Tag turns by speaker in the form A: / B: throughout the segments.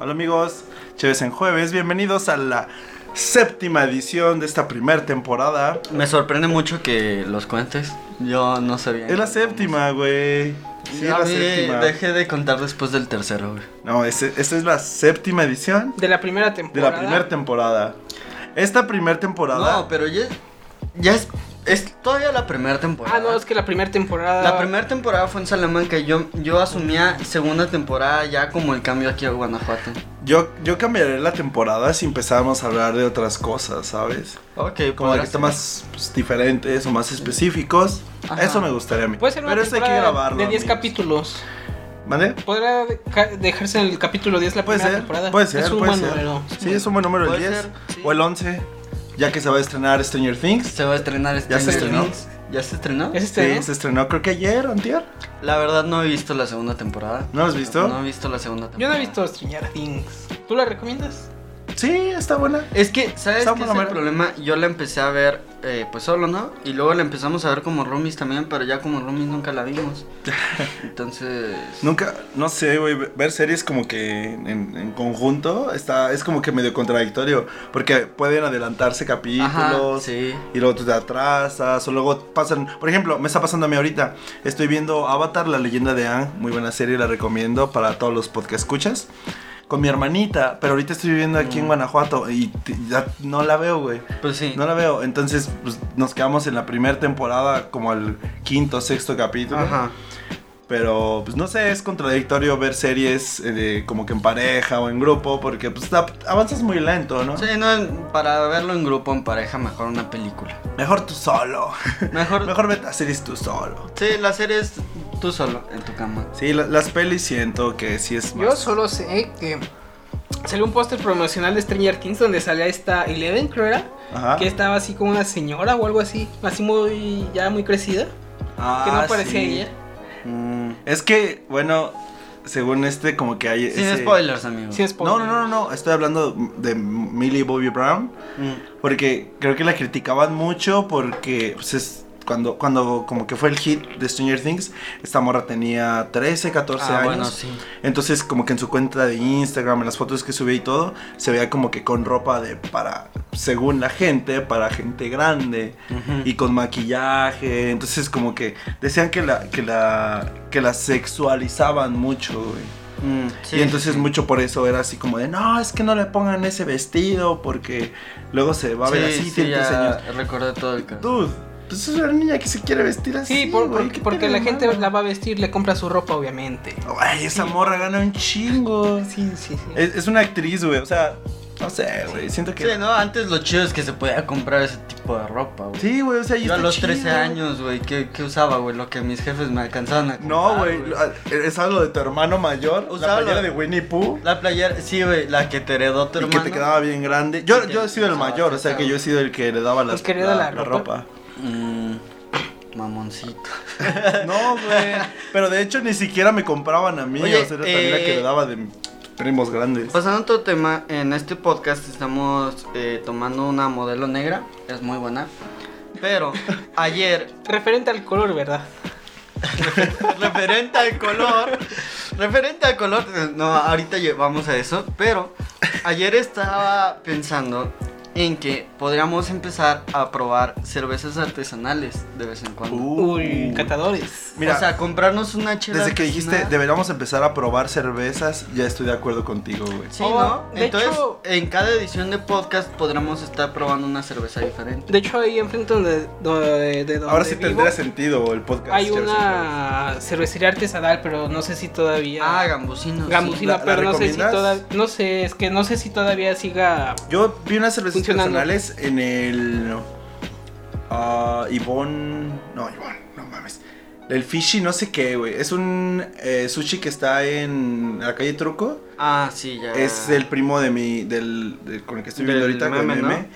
A: Hola amigos, Chéves en Jueves, bienvenidos a la séptima edición de esta primera temporada.
B: Me sorprende mucho que los cuentes. Yo no sabía.
A: Es la séptima, güey. Sí, es
B: Ya
A: la
B: vi,
A: séptima.
B: Dejé de contar después del tercero, güey.
A: No, ese- esta es la séptima edición
C: De la primera
A: de la
C: temporada.
A: primera temporada. Esta primera temporada...
B: No, pero ya, ya es, es todavía la primera temporada.
C: Ah, no, es que la primera temporada.
B: La primera temporada fue en Salamanca y yo, yo asumía segunda temporada ya como el cambio aquí a Guanajuato.
A: Yo, yo cambiaré la temporada si empezáramos a hablar de otras cosas, ¿sabes?
B: Ok,
A: Como de que están más pues, diferentes o más específicos.
B: Ajá.
A: Eso me gustaría a mí.
C: Puede ser una
A: Pero eso hay que
C: temporada
A: grabarlo.
C: de 10
A: amigos.
C: capítulos.
A: ¿Vale?
C: ¿Podrá deja- dejarse en el capítulo 10 la
A: Puede
C: primera
A: ser,
C: temporada?
A: puede ser,
C: Es un
A: puede
C: buen
A: ser.
C: número.
A: Sí, es un buen número el
B: Puede
A: 10
B: ser, sí.
A: o el 11, ya que se va a estrenar Stranger Things.
B: Se va a estrenar Stranger
A: se estrenó?
B: Things. ¿Ya se estrenó?
C: Es este,
A: Sí,
C: ¿no?
A: se estrenó creo que ayer, antier.
B: La verdad no he visto la segunda temporada.
A: ¿No has visto?
B: No he visto la segunda temporada.
C: Yo no he visto Stranger Things. ¿Tú la recomiendas?
A: Sí, está buena.
B: Es que, ¿sabes
A: Está
B: qué es
A: buena,
B: el
A: mira.
B: problema? Yo la empecé a ver, eh, pues solo, ¿no? Y luego la empezamos a ver como roomies también, pero ya como roomies nunca la vimos. Entonces...
A: Nunca, no sé, güey, ver series como que en, en conjunto está, es como que medio contradictorio, porque pueden adelantarse capítulos.
B: Ajá, sí.
A: Y luego tú te atrasas, o luego pasan. Por ejemplo, me está pasando a mí ahorita. Estoy viendo Avatar, la leyenda de Aang. Muy buena serie, la recomiendo para todos los podcast escuchas. Con mi hermanita, pero ahorita estoy viviendo aquí en Guanajuato y te- ya no la veo, güey.
B: Pues Mm. sí.
A: No la veo. Entonces, pues, nos quedamos en la primera temporada, como al quinto, sexto capítulo.
B: Ajá.
A: Pero, pues no sé, es contradictorio ver series eh, de- como que en pareja o en grupo, porque pues la- avanzas muy lento, ¿no?
B: Sí, no, en- para verlo en grupo, en pareja, mejor una película.
A: Mejor tú solo.
B: Mejor...
A: Mejor vete a series tú solo.
B: Sí, la serie es tú solo, en tu cama.
A: Sí, la- las pelis siento que sí es más.
C: Yo solo sé que salió un póster promocional de Stranger Things donde salía esta Eleven, creo era,
A: Ajá.
C: que estaba así como una señora o algo así, así muy ya muy crecida,
A: Ah,
C: que no parecía
A: sí.
C: ella.
B: Mm.
A: Es que, bueno, según este, como que hay.
B: Sin
A: ese-
B: spoilers, amigo.
C: Sin spoiler.
A: No, no, no, no, no, estoy hablando de Millie Bobby Brown.
B: Mm.
A: Porque creo que la criticaban mucho porque pues, es- cuando, cuando como que fue el hit de Stranger Things, esta morra tenía 13, 14
B: Ah,
A: años.
B: bueno, sí.
A: Entonces como que en su cuenta de Instagram, en las fotos que subía y todo, se veía como que con ropa de para, según la gente, para gente grande
B: Ujú.
A: y con maquillaje. Entonces como que decían que la, que la, que la sexualizaban mucho, güey.
B: Mm, sí,
A: y entonces
B: sí.
A: mucho por eso era así como de, no, es que no le pongan ese vestido porque luego se va a ver
B: Sí,
A: así,
B: sí,
A: tiene 13
B: ya
A: años.
B: Recordé todo el caso.
A: Dude, pues es una niña que se quiere vestir así.
C: Sí, por-
A: güey,
C: porque,
A: ¿qué
C: porque
A: tiene
C: la
A: de
C: gente
A: malo?
C: la va a vestir, le compra su ropa, obviamente.
A: Ay, esa morra gana un chingo.
C: Sí, sí, sí.
A: Es, es una actriz, güey, o sea, no sé, güey, siento que...
B: Sí, no, antes lo chido es que se podía comprar ese tipo de ropa, güey.
A: Sí, güey, o sea, y
B: Yo a
A: está
B: los 13
A: chido.
B: años, güey, ¿qué, qué usaba, güey? Lo que mis jefes me alcanzaban a comprar.
A: No, güey, es algo de tu hermano mayor,
B: Ah, Usaba
A: la playera
B: la-
A: de Winnie Pooh.
B: La playera, sí, güey, la que te heredó tu
A: Y que
B: hermano.
A: te quedaba bien grande. Yo,
B: Y que
A: yo he sido el
B: usabas
A: mayor, o
B: esa,
A: sea que yo he
B: güey.
A: sido el que heredaba las-
C: El que hereda la ropa.
B: Mm, mamoncito.
A: No, güey. Pero de hecho ni siquiera me compraban a mí.
B: Oye,
A: o sea, era también la que
B: eh, pues,
A: le daba de mis primos grandes.
B: Pasando a otro tema, en este podcast estamos eh, tomando una modelo negra, es muy buena. Pero ayer,
C: Referente al color, ¿verdad?
B: Pues referente al color, referente al color, eh, no, ahorita lle- vamos a eso, pero ayer estaba pensando en que podríamos empezar a probar cervezas artesanales de vez en cuando.
C: Uy, catadores.
A: Uh, Mira,
B: o sea, comprarnos una chela.
A: desde que dijiste
B: artesanal.
A: deberíamos empezar a probar cervezas, ya estoy de acuerdo contigo, güey.
B: Sí,
C: Oh,
B: ¿no?
C: de
B: Entonces,
C: hecho-
B: en cada edición de podcast podremos estar probando una cerveza diferente.
C: De hecho, ahí enfrente donde, donde- de donde
A: Ahora sí
C: vivo,
A: tendría sentido el podcast.
C: hay
A: Chelsea,
C: una cervecería artesanal, pero no sé si todavía...
B: Ah, gambusino. sí.
C: Gambusino,
A: ¿La- la
C: pero no sé si
A: recomiendas?
C: todavía... No sé, es que no sé si todavía siga...
A: güey. Yo vi unas cervezas
C: Funcionando.
A: personales en el. ah, Ivonne. No, Ivonne, no mames. El Fishy, no sé qué, güey. Es un eh, sushi que está en la calle Truco.
B: Ah, sí, ya.
A: Es el primo de mi, del, del- con el que estoy viviendo
B: Del
A: ahorita, con
B: meme,
A: el
B: ¿no?
A: meme.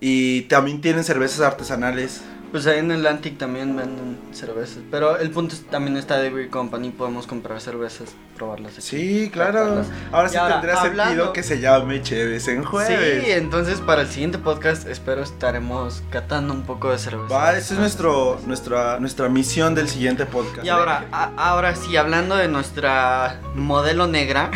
A: Y también tienen cervezas artesanales.
B: Pues ahí en Atlantic también venden cervezas. Pero el punto es- también está de Beer Company. Podemos comprar cervezas, probarlas. aquí,
A: Sí, claro.
B: catarlas.
A: Ahora
B: Y
A: sí
B: ahora,
A: tendría sentido
B: hablando-
A: que se llame Chéves en
B: Sí,
A: jueves.
B: entonces para el siguiente podcast espero estaremos catando un poco de cerveza.
A: Va, esa es nuestro, nuestra, nuestra misión del siguiente podcast.
B: Y ahora, a- ahora sí, hablando de nuestra modelo negra,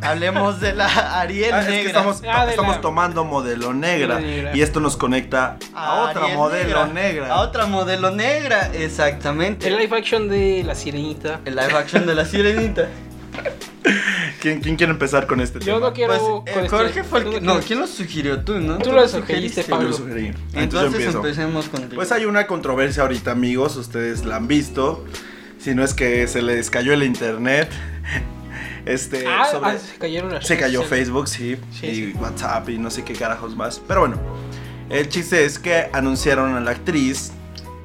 B: Hablemos de la Ariel
A: Ah, es que
B: negra.
A: estamos,
C: Ah, de
A: estamos
C: la-
A: tomando modelo negra,
C: Negra.
A: y esto nos conecta a, otra
B: Ah, Ariel
A: modelo negra.
B: A otra modelo negra, exactamente.
C: El live action de La Sirenita.
B: El live action de la sirenita.
A: ¿Quién, quién quiere empezar con este
C: Yo
A: tema?
C: no quiero.
B: Pues, eh,
C: con este-
B: Jorge fue el
C: yo
B: que.
C: quiero-
B: No, ¿quién lo sugirió? Tú, ¿no?
C: Tú lo sugeriste,
A: Yo
C: Pablo.
A: lo sugerí. Entonces,
B: Entonces
A: empiezo.
B: empecemos con.
A: Pues hay una controversia ahorita, amigos. Ustedes la han visto. Si no es que se les cayó el internet. Este.
C: Ah,
A: sobre-
C: ah, se cayeron las
A: se cayó
C: redes.
A: Facebook, sí.
C: Sí,
A: y
C: sí.
A: WhatsApp y no sé qué carajos más. Pero bueno. El chiste es que anunciaron a la actriz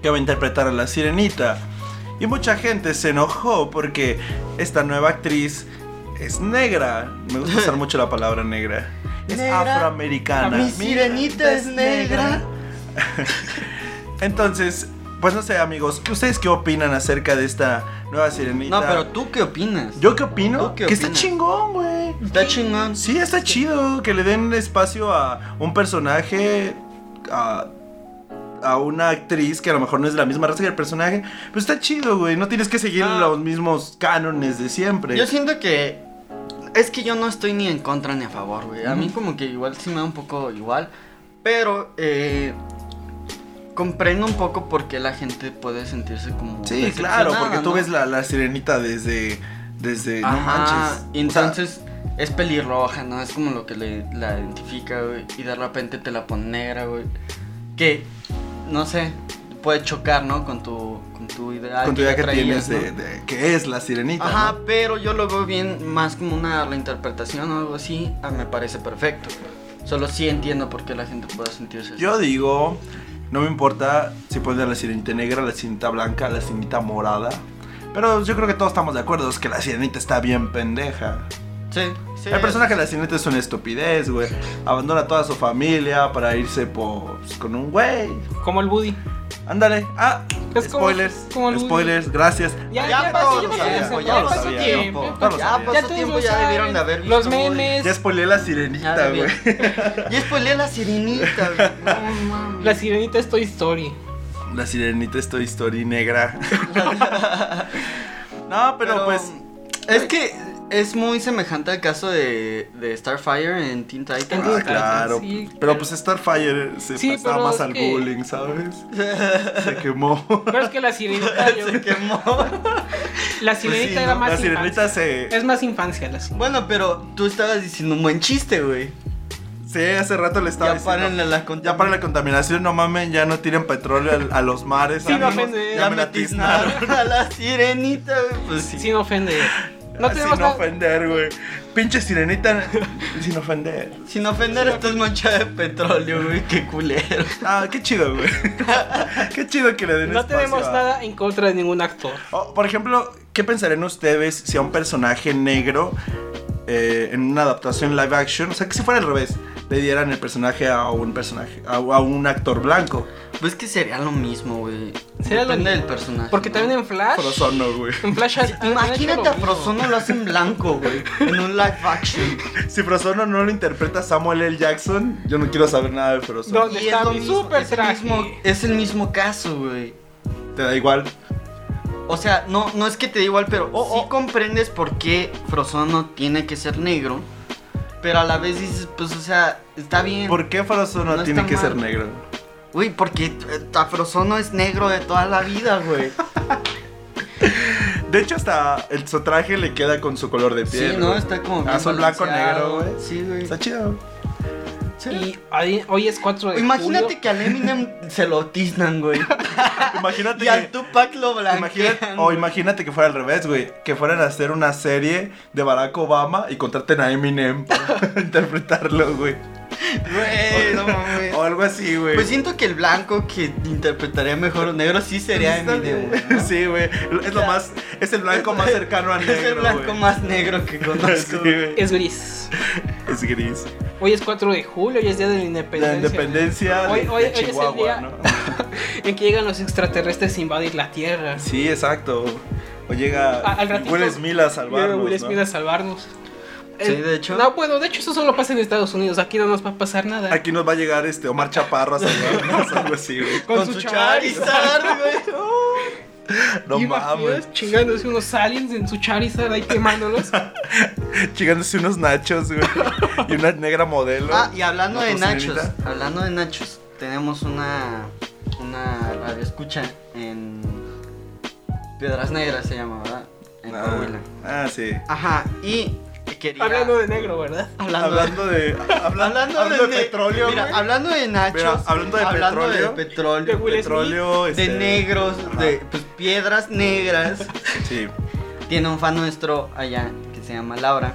A: que va a interpretar a la sirenita. Y mucha gente se enojó porque esta nueva actriz es negra. Me gusta usar mucho la palabra negra. Es
B: Negra,
A: afroamericana.
B: mi sirenita es negra.
A: Entonces, pues no sé, amigos, ¿qué- ¿ustedes qué opinan acerca de esta nueva sirenita?
B: No, pero tú qué opinas?
A: ¿Yo qué opino?
B: ¿Tú qué
A: que está
B: opinas?
A: chingón, güey.
B: Está chingón.
A: Sí, está chido que le den espacio a un personaje, a, a una actriz que a lo mejor no es de la misma raza que el personaje. Pero está chido, güey. No tienes que seguir
C: Ah.
A: los mismos cánones de siempre.
B: Yo siento que. Es que yo no estoy ni en contra ni a favor, güey. A mí,
A: Ujú.
B: como que igual sí me da un poco igual. Pero, eh. Comprendo un poco por qué la gente puede sentirse como.
A: Sí, claro,
B: decepcionada,
A: porque tú
B: ¿no?
A: ves la, la sirenita desde. Desde. no
B: Ajá,
A: manches.
B: y
A: O sea,
B: entonces es pelirroja, ¿no? Es como lo que le, la identifica, güey. Y de repente te la pone negra, güey. Que, no sé, puede chocar, ¿no? Con tu, con tu ideal.
A: con tu idea
B: ah, ya
A: que
B: traías,
A: tienes de,
B: ¿no?
A: de que es la sirenita.
B: Ajá,
A: ¿no?
B: pero yo lo veo bien más como una reinterpretación o algo así. ah, me parece perfecto. Solo sí entiendo por qué la gente puede sentirse así.
A: Yo digo, no me importa si ponen la sirenita negra, la sirenita blanca, la sirenita morada. Pero yo creo que todos estamos de acuerdo, es que la sirenita está bien pendeja.
B: Sí, sí.
A: El personaje de la sirenita es una estupidez, güey. Abandona a toda su familia para irse pues, con un güey.
C: Como el Woody.
A: Ándale. Ah,
C: Es como-
A: spoilers.
C: como el-
A: spoilers, gracias.
C: Ya,
B: Ya
C: ya
B: pasó
C: pasó
A: lo
C: tiempo,
A: sabía,
C: ya pasó
A: ya lo
C: pasó
A: sabía,
C: tiempo.
A: ya lo sabía.
B: Ya pasó
C: todos
B: tiempo,
C: lo
B: ya debieron
C: saben.
B: de haber visto.
C: Los
B: güey.
C: memes.
A: Ya spoileé la
B: Ya
A: sirenita,
B: debí-
A: güey.
B: Ya spoileé la sirenita, güey. No mames.
C: La sirenita es Toy Story.
A: La sirenita es Toy Story negra. no, pero, pues.
B: Es que es muy semejante al caso de, de Starfire en Teen
C: En
A: Ah,
C: Teen
B: Titans.
C: Titans,
A: claro.
C: sí,
A: pero
C: claro.
A: pues Starfire se
C: Sí,
A: pasaba
C: pero
A: más
C: es
A: al
C: que-
A: bullying, ¿sabes? Se quemó.
C: Pero es que la sirenita, yo-
B: Se quemó.
C: la sirenita
B: sí,
C: era
B: ¿no?
C: más
A: Pues la sirenita
C: infancia.
A: se.
C: Es más infancia la sirenita.
B: Bueno, pero tú estabas diciendo un buen chiste, güey.
A: Sí, hace rato le estaba
B: Ya
A: diciendo.
B: párenle la
A: Ya para la contaminación, no mamen, ya no tiren petróleo al- a, los mares.
C: Sin
A: amigos.
C: ofender,
A: ya me la tiznaron.
B: tiznaron a la sirenita, güey. Pues sí.
C: Sin ofender. No tenemos
A: Sin
C: nada-
A: ofender, güey. Pinche sirenita, sin ofender.
B: Sin ofender, esto es mancha de petróleo, güey. Qué culero.
A: Ah, qué chido, güey. qué chido que le den
C: No
A: espacio
C: tenemos
A: a-
C: nada en contra de ningún actor.
A: Oh, por ejemplo, ¿qué pensarían ustedes si a un personaje negro eh, en una adaptación live action, o sea, que si fuera al revés, le dieran el personaje a un personaje, a, a un actor blanco?
B: Pues que sería lo mismo, güey.
C: Sería lo
B: Depende del
C: mismo.
B: personaje.
C: Porque
B: ¿no?
C: también en Flash.
A: Frozono, güey.
C: En Flash. han- han hecho
B: Imagínate
C: lo
B: a Frozono lo hacen blanco, güey. En un live action.
A: Si Frozono no lo interpreta Samuel L. Jackson, yo no quiero saber nada de Frozono.
C: ¿Dónde
B: Y
C: está
B: es lo
C: mi
B: mismo,
C: super
B: es el
C: traje?
B: mismo- es el mismo caso, güey.
A: Te da igual.
B: O sea, no, no es que te dé igual, pero
A: Oh,
B: sí
A: oh.
B: comprendes por qué Frozono tiene que ser negro. Pero a la vez dices, pues, o sea, está bien.
A: ¿Por qué Frozono
B: No
A: tiene
B: está
A: que
B: mal.
A: ser negro?
B: Güey, porque eh, a Frozono es negro de toda la vida, güey.
A: De hecho, hasta el, su traje le queda con su color de piel.
B: sí, ¿no?
A: güey.
B: Está como. bien
A: Azul, blanco,
B: balanceado.
A: negro, güey.
B: Sí, güey.
A: Está chido.
B: Sí.
C: Y hoy, hoy es 4 de
B: Imagínate
C: julio.
B: que al Eminem se lo tiznan, güey.
A: Imagínate
B: y al
A: que.
B: Tupac lo blanquean.
A: imagínate- o
B: güey.
A: imagínate que fuera al revés, güey. Que fueran a hacer una serie de Barack Obama y contraten a Eminem para interpretarlo, güey.
B: Güey, no mames.
A: O algo así, güey.
B: Pues siento que el blanco que interpretaría mejor o negro sí sería
A: Pues Está
B: Eminem.
A: bien.
B: güey.
A: Sí, güey. Es lo
B: Ya.
A: más. Es el blanco más cercano al negro.
B: Es el blanco
A: güey.
B: más negro que
A: Sí,
B: conozco.
A: güey.
C: Es gris.
A: Es gris.
C: Hoy es 4 de julio, hoy es día de la
A: La
C: independencia.
A: independencia
C: Hoy-
A: de,
C: hoy-
A: de
C: hoy es el
A: Chihuahua,
C: día-
A: ¿no?
C: En que llegan los extraterrestres a invadir la Tierra.
A: Sí, exacto. O llega
C: A- al ratito-
A: Will Smith a
C: Llega
A: salvarnos,
C: Will Smith
A: ¿no?
C: a salvarnos.
B: Sí,
C: Eh,
B: de hecho.
C: No, bueno, de hecho eso solo pasa en Estados Unidos. Aquí no nos va a pasar nada.
A: Aquí nos va a llegar este Omar Chaparro a salvarnos, algo así, güey.
C: Con su Charizard.
B: Charizard, güey.
A: No
C: Y unas
A: mames.
C: tías Chingándose unos aliens en su Charizard ahí quemándolos.
A: Chingándose unos nachos, güey. Y una negra modelo.
B: Ah, y hablando
A: ¿No,
B: de
A: tu
B: nachos,
A: señorita?
B: hablando de nachos, tenemos una una radio escucha en Piedras Negras se llama, ¿verdad? En
A: Ah,
B: Coahuila.
A: ah, sí.
B: Ajá, y quería
C: Hablando de negro, ¿verdad?
B: hablando,
A: Hablando de. habla-
B: hablando
A: hablando de
B: ne-
A: petróleo,
B: mira,
A: güey.
B: hablando de nachos,
A: Mira, hablando de petróleo,
B: de petróleo,
C: de Will
A: Petróleo,
B: de
A: este,
B: negros,
A: ajá.
B: de pues, piedras negras.
A: Sí.
B: Tiene un fan nuestro allá que se llama Laura.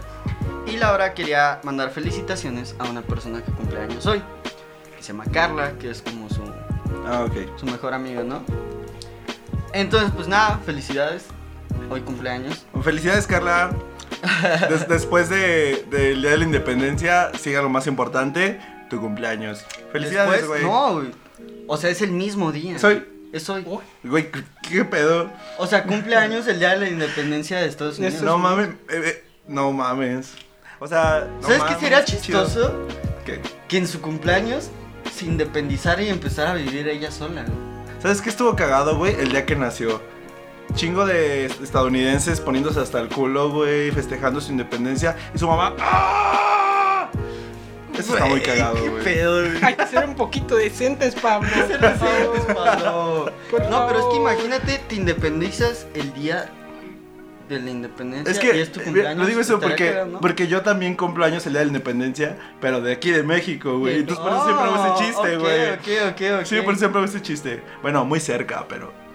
B: Y Laura quería mandar felicitaciones a una persona que cumple años hoy. Que se llama Carla, que es como su,
A: Ah, ok.
B: su mejor amiga, ¿no? Entonces, pues nada, felicidades. Hoy cumpleaños.
A: Felicidades, Carla. Des- después de- del Día de la Independencia, siga lo más importante: tu cumpleaños. Felicidades, güey.
B: Después- No, güey. O sea, es el mismo día.
A: Soy.
B: Es hoy.
C: Oh,
A: Güey, ¿qué- ¿qué pedo?
B: O sea, cumpleaños el día de la independencia de Estados Unidos.
A: No mames. eh, eh, no mames. O sea. no
B: ¿Sabes qué
A: mames,
B: sería
A: chido.
B: chistoso?
A: ¿Qué?
B: Que en su cumpleaños se independizara y empezara a vivir ella sola, güey.
A: ¿Sabes qué estuvo cagado, güey? El día que nació. Chingo de estadounidenses poniéndose hasta el culo, güey, festejando su independencia. Y su mamá. ¡Ah! Eso está muy
B: Güey,
A: cagado,
B: qué
A: güey.
B: pedo, güey.
C: Hay que ser un poquito decentes, Pablo. por favor.
B: Pablo.
C: Por
B: No, pero es que
C: favor.
B: imagínate, te independizas el día de la independencia.
A: Es que
B: y es tu
A: eh,
B: cumpleaños.
A: lo digo eso
B: estaría
A: porque,
B: cagado, ¿no?
A: porque yo también cumplo años el día de la independencia, pero de aquí de México, güey.
C: Bien.
A: Entonces por eso siempre hago ese chiste,
B: Oh,
A: güey.
B: ok, ok, ok, ok.
A: Sí, por eso siempre hago ese chiste. Bueno, muy cerca, pero.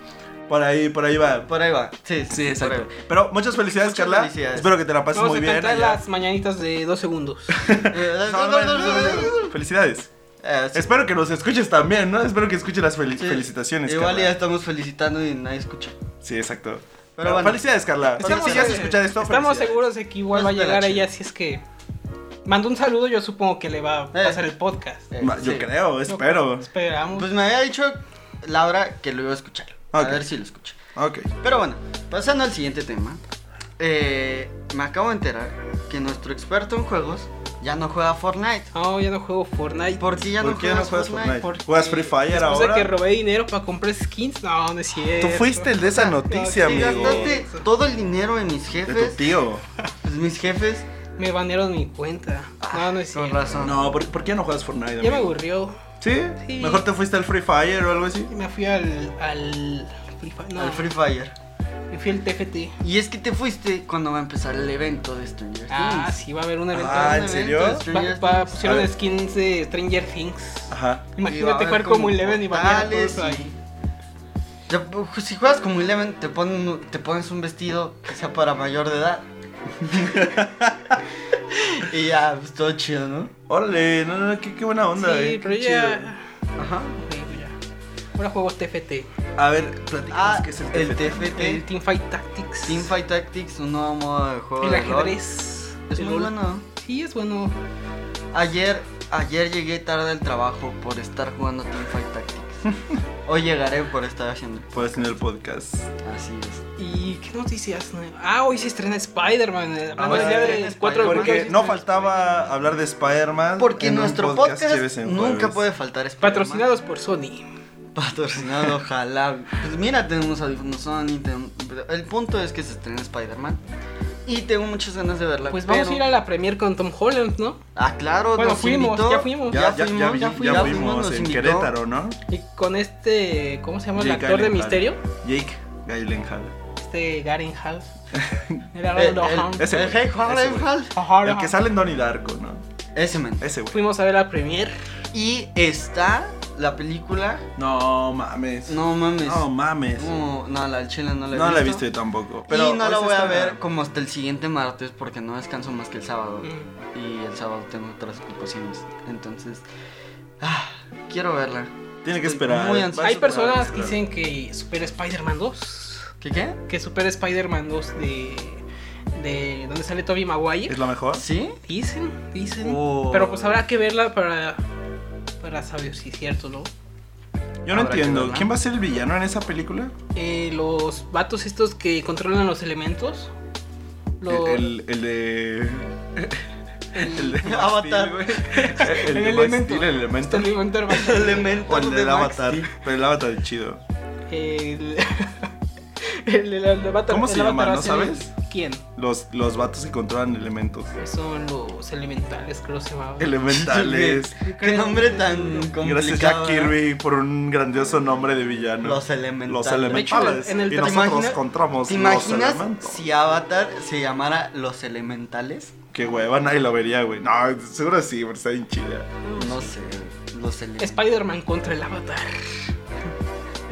A: Por ahí, por ahí va.
B: Por ahí va. Sí,
A: Sí,
B: por
A: exacto.
B: ahí
A: Pero muchas felicidades,
B: Muchas
A: Carla.
B: felicidades.
A: Espero que te la pases muy
C: Vamos a
A: bien.
C: cantar
A: allá.
C: las mañanitas de dos segundos.
B: va. Eh,
A: No, no, no, no, no. Felicidades.
B: Eh, sí.
A: Espero que nos escuches también, ¿no? Espero que escuches las fel-
B: Sí.
A: felicitaciones.
B: Igual
A: Carla.
B: ya estamos felicitando y nadie escucha.
A: Sí, exacto.
B: Pero bueno.
A: Felicidades, Carla. Si
B: Estamos-
A: si llegas a escuchar esto,
C: eh, estamos
A: felicidades.
C: seguros de que igual va a
B: Nos
C: llegar
B: espera,
C: ella,
B: chido.
C: si es que manda un saludo, yo supongo que le va a pasar el podcast.
B: Eh,
A: Ma- Yo
B: sí.
A: creo, espero.
C: Esperamos.
B: Pues me había dicho Laura que lo iba a escuchar.
A: Ok.
B: A ver si lo escucha.
A: Ok.
B: Pero bueno, pasando al siguiente tema. eh, me acabo de enterar que nuestro experto en juegos ya no juega Fortnite.
C: No, ya no juego Fortnite.
B: ¿Por qué ya
A: ¿Por
B: no,
A: qué ya
B: juegas
A: no juegas
B: Fortnite?
A: Fortnite?
C: porque
A: ¿Juegas Free Fire
C: después de
A: ahora?
C: que robé dinero para comprar skins, no, no es cierto.
A: Tú fuiste el de esa noticia,
C: Sí,
B: Y
A: amigo.
B: gastaste todo el dinero de mis
A: De tu
B: jefes.
A: tío.
B: Pues mis jefes. Ah,
C: Me banearon mi cuenta. Ah, No, no es
B: Con
C: cierto.
B: razón.
A: No, ¿por, por qué ya no juegas Fortnite?
C: Ya me
A: Ah, amigo?
C: aburrió.
A: ¿Sí?
C: Sí.
A: Mejor te fuiste al Free Fire o algo así.
C: Y me fui al. al. Free Fire. No,
B: Al Free Fire.
C: me fui al TFT.
B: Y es que te fuiste cuando va a empezar el evento de Stranger Things.
C: Ah, sí, va a haber un evento.
A: Ah, ¿en
B: Un evento
A: serio?
B: de
C: Va-
B: Stranger
C: va-
B: Things.
A: A
C: pusieron
A: ver. Ah,
C: skins de Stranger Things.
A: Ajá.
B: Y va a
C: pues, Imagínate
B: haber
C: jugar como
B: como
C: Eleven y banear a
B: portales
C: todos ahí.
B: y- Ya, pues, Si juegas como Eleven, te, ponen un- te pones un vestido que sea para mayor de edad. y ya, pues todo chido, ¿no?
A: Órale, no, no, no, qué, qué buena onda,
C: sí,
A: eh.
C: pero
A: Qué
C: ya.
B: Ajá.
C: Sí, pues ya. Ahora juego TFT.
A: chido. A ver, platícanos
B: Ah,
A: qué es el
B: el
A: TFT.
C: El
B: TFT.
C: Team Fight Tactics.
B: Team Fight Tactics, un nuevo modo de juego.
C: El
B: de LOL.
C: ajedrez.
B: Es
C: El
B: muy
C: LOL.
B: bueno.
C: Sí, es bueno.
B: Ayer, ayer llegué tarde al trabajo por estar jugando Team Fight Tactics. Hoy llegaré por estar haciendo.
A: Puedes tener el podcast.
B: Así es.
C: ¿Y qué noticias? nuevas? Ah, hoy se estrena Spider-Man. eh, Hablando
B: hoy
C: del
B: se
C: día
B: estrena
C: del 4
B: Spider-Man.
C: de julio, hoy
A: Porque
C: se
A: no
C: estrena
A: faltaba hablar de Spider-Man.
B: Porque
A: en un
B: nuestro podcast,
A: Chéves en
B: nunca
A: Jueves.
B: puede faltar.
C: Spider-Man.
B: Spider-Man.
C: Patrocinados por Sony.
B: Patrocinado, ojalá. Pues mira, tenemos audífonos Sony. tenemos- pero El punto es que se estrena Spider-Man. Y tengo muchas ganas de verla.
C: Pues vamos a ir a la premiere con Tom Holland, ¿no?
B: Ah, claro,
C: Bueno,
B: nos
C: fuimos,
B: invitó.
C: ya fuimos.
A: Ya, ya, ya, vi- ya fuimos,
B: nos
A: en
B: invitó.
A: Querétaro, ¿no?
C: Y con este, ¿cómo se llama? El
A: Jake
C: actor de
A: Gyllenhaal.
C: Misterio.
A: Jake Gyllenhaal.
C: Este Garen Hall. Era
B: Eh, El, el,
C: Ronald
A: ese
B: el
A: güey,
B: Hey Juan,
A: ese
B: el
A: güey.
B: Juan.
C: Hall.
A: El que sale en Donnie Darko, ¿no?
B: Ese man.
A: Ese güey.
C: Fuimos a ver la premiere.
B: Y está la película.
A: No mames.
B: No mames.
A: No mames.
B: No, no, la del chile no la he
A: No
B: visto.
A: la he visto yo tampoco. Pero
B: y no
A: hoy
B: la
A: se
B: voy a
A: estrena.
B: ver como hasta el siguiente martes porque no descanso más que el sábado.
C: Mm.
B: Y el sábado tengo otras ocupaciones. Entonces, ah, quiero verla.
A: Tiene que
B: Estoy
A: esperar.
B: muy
A: Va a
B: ansioso.
C: Hay
A: superar,
C: personas que
A: claro.
C: dicen que supera Spider-Man 2.
B: ¿Qué qué?
C: Que supera Spider-Man 2 de. de donde sale Tobey Maguire.
A: ¿Es la mejor?
B: ¿Sí?
C: Dicen, dicen.
B: Oh.
C: Pero pues habrá que verla para. para saber si es cierto, ¿no?
A: Yo no
B: Habrá que
A: entiendo.
B: verla.
A: ¿Quién va a ser el villano en esa película?
C: Eh, los vatos estos que controlan los elementos. Lo-
A: El, el- el de. El de.
B: Avatar.
A: Max Steel, güey. El,
C: El
A: de Max
C: elemento.
A: Steel, el elemento.
C: este elemento hermano.
B: Elemento
A: O el
B: de
A: del
B: Max
A: Avatar.
B: Steel.
A: Pero el Avatar es chido.
C: El- El, el- el avatar-
A: ¿Cómo
C: el
A: se llama,
C: avatar
A: no
C: hace-
A: sabes?
C: ¿Quién?
A: Los, los vatos que controlan elementos.
C: Son los elementales, creo que se llamaban.
A: Elementales.
B: Qué nombre tan complicado.
A: Gracias Jack
B: ¿no?
A: Kirby por un grandioso nombre de villano.
B: Los elementales.
A: Los
C: De hecho,
A: elementales.
C: en el-
A: y
C: ¿te
A: nosotros
B: imaginas-
A: contramos
B: ¿Te
A: los
B: imaginas
A: elementos.
B: si Avatar se llamara Los Elementales?
A: Qué hueva, nadie lo vería, güey. No, seguro sí, pero está bien chida.
B: No sé, Los Elementales.
C: Spider-Man contra el Avatar.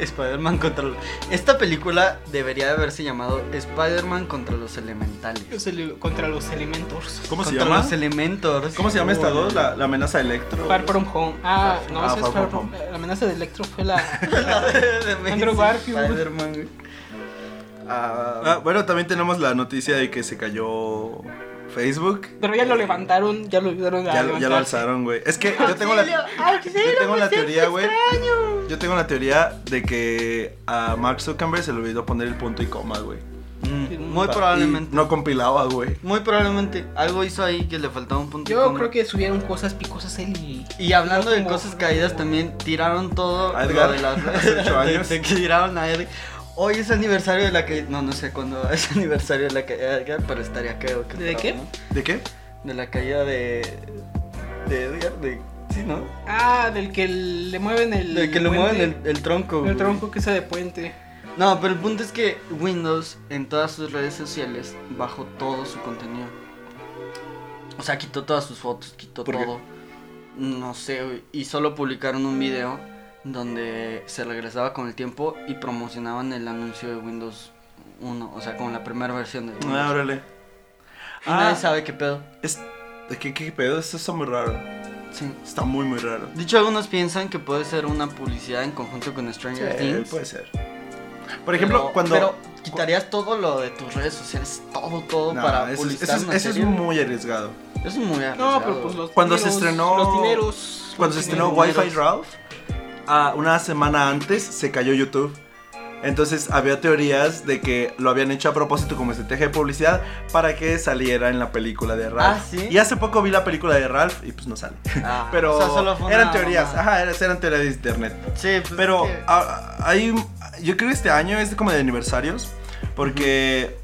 B: Spider-Man contra los... Esta película debería de haberse llamado Spider-Man contra los elementales.
C: Los ele- contra los elementos.
A: ¿Cómo se
B: Contra
A: llama?
B: los elementos.
A: ¿Cómo se llama esta dos? La, la amenaza de electro.
C: Far From Home. Ah, no,
A: Ah,
C: eso es
A: Far
C: Far
A: From
C: From-
A: Home.
C: La amenaza de Electro fue la.
B: Andrew
C: Andrew Garfield.
B: Spider-Man. güey.
A: Ah,
B: Ah,
A: bueno, también tenemos la noticia de que se cayó Facebook.
C: Pero ya lo levantaron, ya lo ayudaron a
A: Ya, lo- ya lo
C: levantar.
A: alzaron, güey. Es que yo tengo la, yo tengo la teoría, güey. Yo tengo la teoría de que a Mark Zuckerberg se le olvidó poner el punto y coma, güey.
B: mm, muy
A: Pa- y
B: probablemente.
A: Ah, No compilaba, güey.
B: Muy probablemente algo hizo ahí que le faltaba un punto. y
C: Yo
B: coma.
C: creo que subieron cosas picosas él y.
B: Y hablando de
C: Como-
B: cosas caídas, también tiraron todo
A: A Edgar,
B: lo de las
A: hace ocho
B: de-
A: años.
B: de que tiraron a Edgar. Hoy es aniversario de la que. No, no sé cuándo es aniversario de la caída de Edgar, pero estaría creo que.
C: ¿De
B: fuera,
C: qué?
B: ¿no?
A: ¿De qué?
B: De la caída de. de Edgar, de. Sí, ¿no?
C: Ah, del que le mueven el.
B: De que le mueven
C: puente,
B: el, el tronco. güey.
C: El tronco que sea de puente.
B: No, pero el punto es que Windows en todas sus redes sociales bajó todo su contenido. O sea, quitó todas sus fotos, quitó
A: ¿Por qué?
B: todo. No sé, güey, y solo publicaron un video donde se regresaba con el tiempo y promocionaban el anuncio de Windows 1, o sea, con la primera versión de Windows.
A: Ah, órale.
B: Y nadie
A: Ah.
B: sabe qué pedo.
A: Es, ¿qué, ¿Qué pedo? Esto está muy raro.
B: Sí.
A: Está muy, muy raro.
B: De hecho, algunos piensan que puede ser una publicidad en conjunto con
A: Sí,
B: Stranger Things.
A: Eh, puede ser. Por ejemplo,
B: Pero-
A: cuando.
B: Pero quitarías todo lo de tus redes sociales, todo, todo
A: Nah,
B: para
A: eso, es-
B: publicitar
A: eso es-
B: una
A: eso es
B: serie.
A: muy arriesgado.
B: Es muy arriesgado.
C: No, pero pues los.
A: Cuando se
C: dineros,
A: estrenó-
C: Los dineros.
A: Cuando se
C: los
A: estrenó
B: dineros.
A: Wi-Fi Ralph, ah, una semana antes se cayó YouTube. Entonces había teorías de que lo habían hecho a propósito como estrategia de publicidad para que saliera en la película de Ralph.
B: Ah, ¿sí?
A: Y hace poco vi la película de Ralph y pues no sale.
B: Ah,
A: Pero
B: o sea, solo fue
A: eran
B: una
A: teorías,
B: mamada.
A: ajá, eran, eran teorías de internet.
B: Sí, pues,
A: Pero
B: es que-
A: a- a- hay, yo creo que este año es como de aniversarios, porque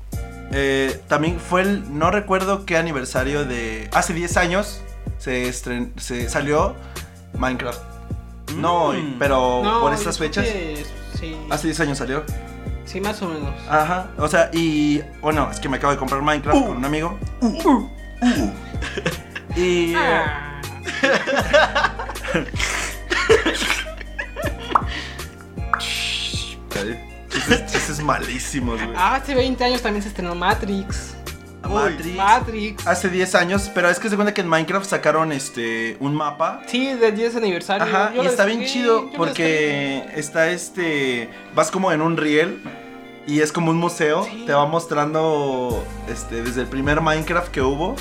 A: eh, también fue el, no recuerdo qué aniversario de, hace 10 años se, estren- se salió Minecraft. No hoy,
B: Mm.
A: pero
C: No,
A: por
C: yo
A: estas
C: creo
A: fechas. Ah,
C: que Sí,
A: Hace 10 años salió.
C: sí, más o menos.
A: Ajá. O sea, y. Bueno, es que me acabo de comprar Minecraft con un amigo. Uh. Y. eh,
C: Ah.
A: Chistes, chistes malísimos, güey.
C: Ah, hace 20 años también se estrenó Matrix.
B: uy,
A: Matrix.
C: Matrix.
A: hace 10 años, pero es que se cuenta que en Minecraft sacaron este un mapa.
C: Sí, del 10 aniversario.
A: Ajá,
C: Ah, Yo
A: y
C: lo
A: está bien
C: descargué,
A: chido
C: yo lo
A: porque está este vas como en un riel y es como un museo,
C: Sí.
A: te va mostrando este desde el primer Minecraft que hubo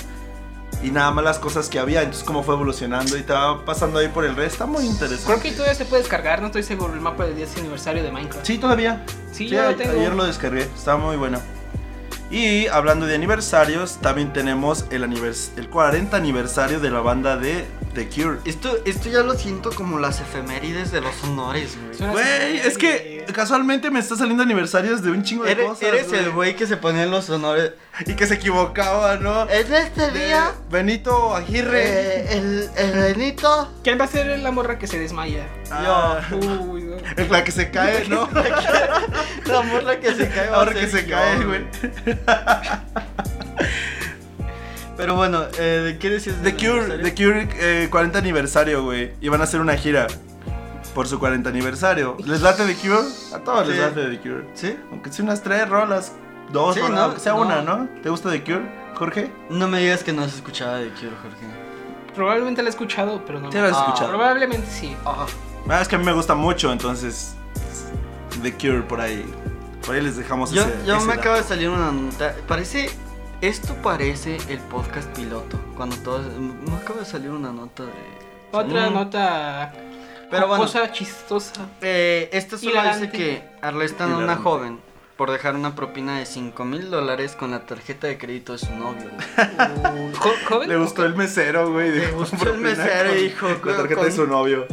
A: y nada más las cosas que había, entonces cómo fue evolucionando y te va pasando ahí por el resto, está muy
C: descargué. Creo
A: interesante.
C: que todavía se puede descargar, no estoy seguro, el mapa del 10 aniversario de Minecraft.
A: Sí, todavía. Sí,
C: Sí, yo
A: a-
C: lo tengo.
A: ayer lo descargué, está muy bueno. Y hablando de aniversarios, también tenemos el, anivers el 40 aniversario de la banda de The Cure.
B: Esto, esto ya lo siento como las efemérides de los honores, güey.
C: Suena-
A: Güey, es que casualmente me está saliendo aniversarios de un chingo de
B: Eres,
A: cosas.
B: eres el güey que se ponía en los honores.
A: Y que se equivocaba, ¿no?
B: En este
A: De
B: día,
A: Benito Aguirre.
B: eh, el, el Benito.
C: ¿Quién va a ser la morra que se desmaya?
A: Ah,
C: Uy, no.
A: es la que se cae, ¿no?
B: La morra que se cae. va a
A: Ahora que
B: ser
A: se
B: yo,
A: cae, güey.
B: Pero bueno, eh, ¿qué decías?
A: The
B: del
A: Cure,
B: aniversario?
A: The Cure eh, 40 aniversario, güey. Y van a hacer una gira por su 40 aniversario. ¿Les late The Cure? A todos les
B: Sí.
A: late The Cure.
B: ¿Sí?
A: Aunque sea unas tres rolas, dos
B: Sí,
A: rolas,
B: ¿no?
A: aunque sea
B: No.
A: una, ¿no? ¿Te gusta The Cure, Jorge?
B: No me digas que no has escuchado de Cure, Jorge.
C: Probablemente la he escuchado, pero no.
A: Sí, lo has
B: Ah.
A: escuchado.
C: Probablemente sí.
B: Ah,
A: Ah, es que a mí me gusta mucho, entonces. The Cure por ahí. Por ahí les dejamos
B: Yo,
A: ese.
B: yo
A: ese
B: me
A: dato.
B: acaba de salir una nota. Parece. Esto parece el podcast piloto. Cuando todos. Me acaba de salir una nota de.
C: Otra
A: Mm.
C: nota.
B: Pero bueno.
C: Cosa chistosa.
B: Eh, esta solo dice
C: Hilarante.
B: que arrestan a una
A: Hilarante.
B: joven por dejar una propina de 5 mil dólares con la tarjeta de crédito de su novio.
C: Uy, jo- ¿Joven?
A: Le gustó el mesero, güey.
B: Le
A: dijo,
B: gustó el
A: propina
B: mesero
A: con
B: y dijo,
A: La tarjeta
B: con-
A: de su novio.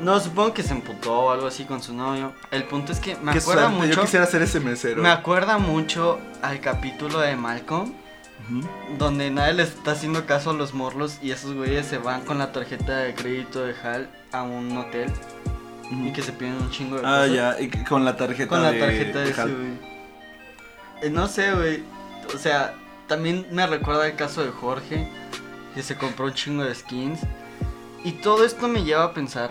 B: No, supongo que se emputó o algo así con su novio. El punto es que me
A: Qué
B: acuerda
A: suerte, Yo
B: mucho.
A: quisiera ser ese mesero.
B: Me acuerda mucho al capítulo de Malcolm.
A: Ujú.
B: Donde nadie le está haciendo caso a los morlos y esos güeyes se van con la tarjeta de crédito de Hal a un hotel y que se piden un chingo de
A: Ah,
B: cosas.
A: ya, y con la tarjeta
B: Con la
A: de-
B: tarjeta de
A: de
B: ese,
A: Hal.
B: güey. Eh, No sé, güey. O sea, también me recuerda el caso de Jorge, que se compró un chingo de skins. Y todo esto me lleva a pensar,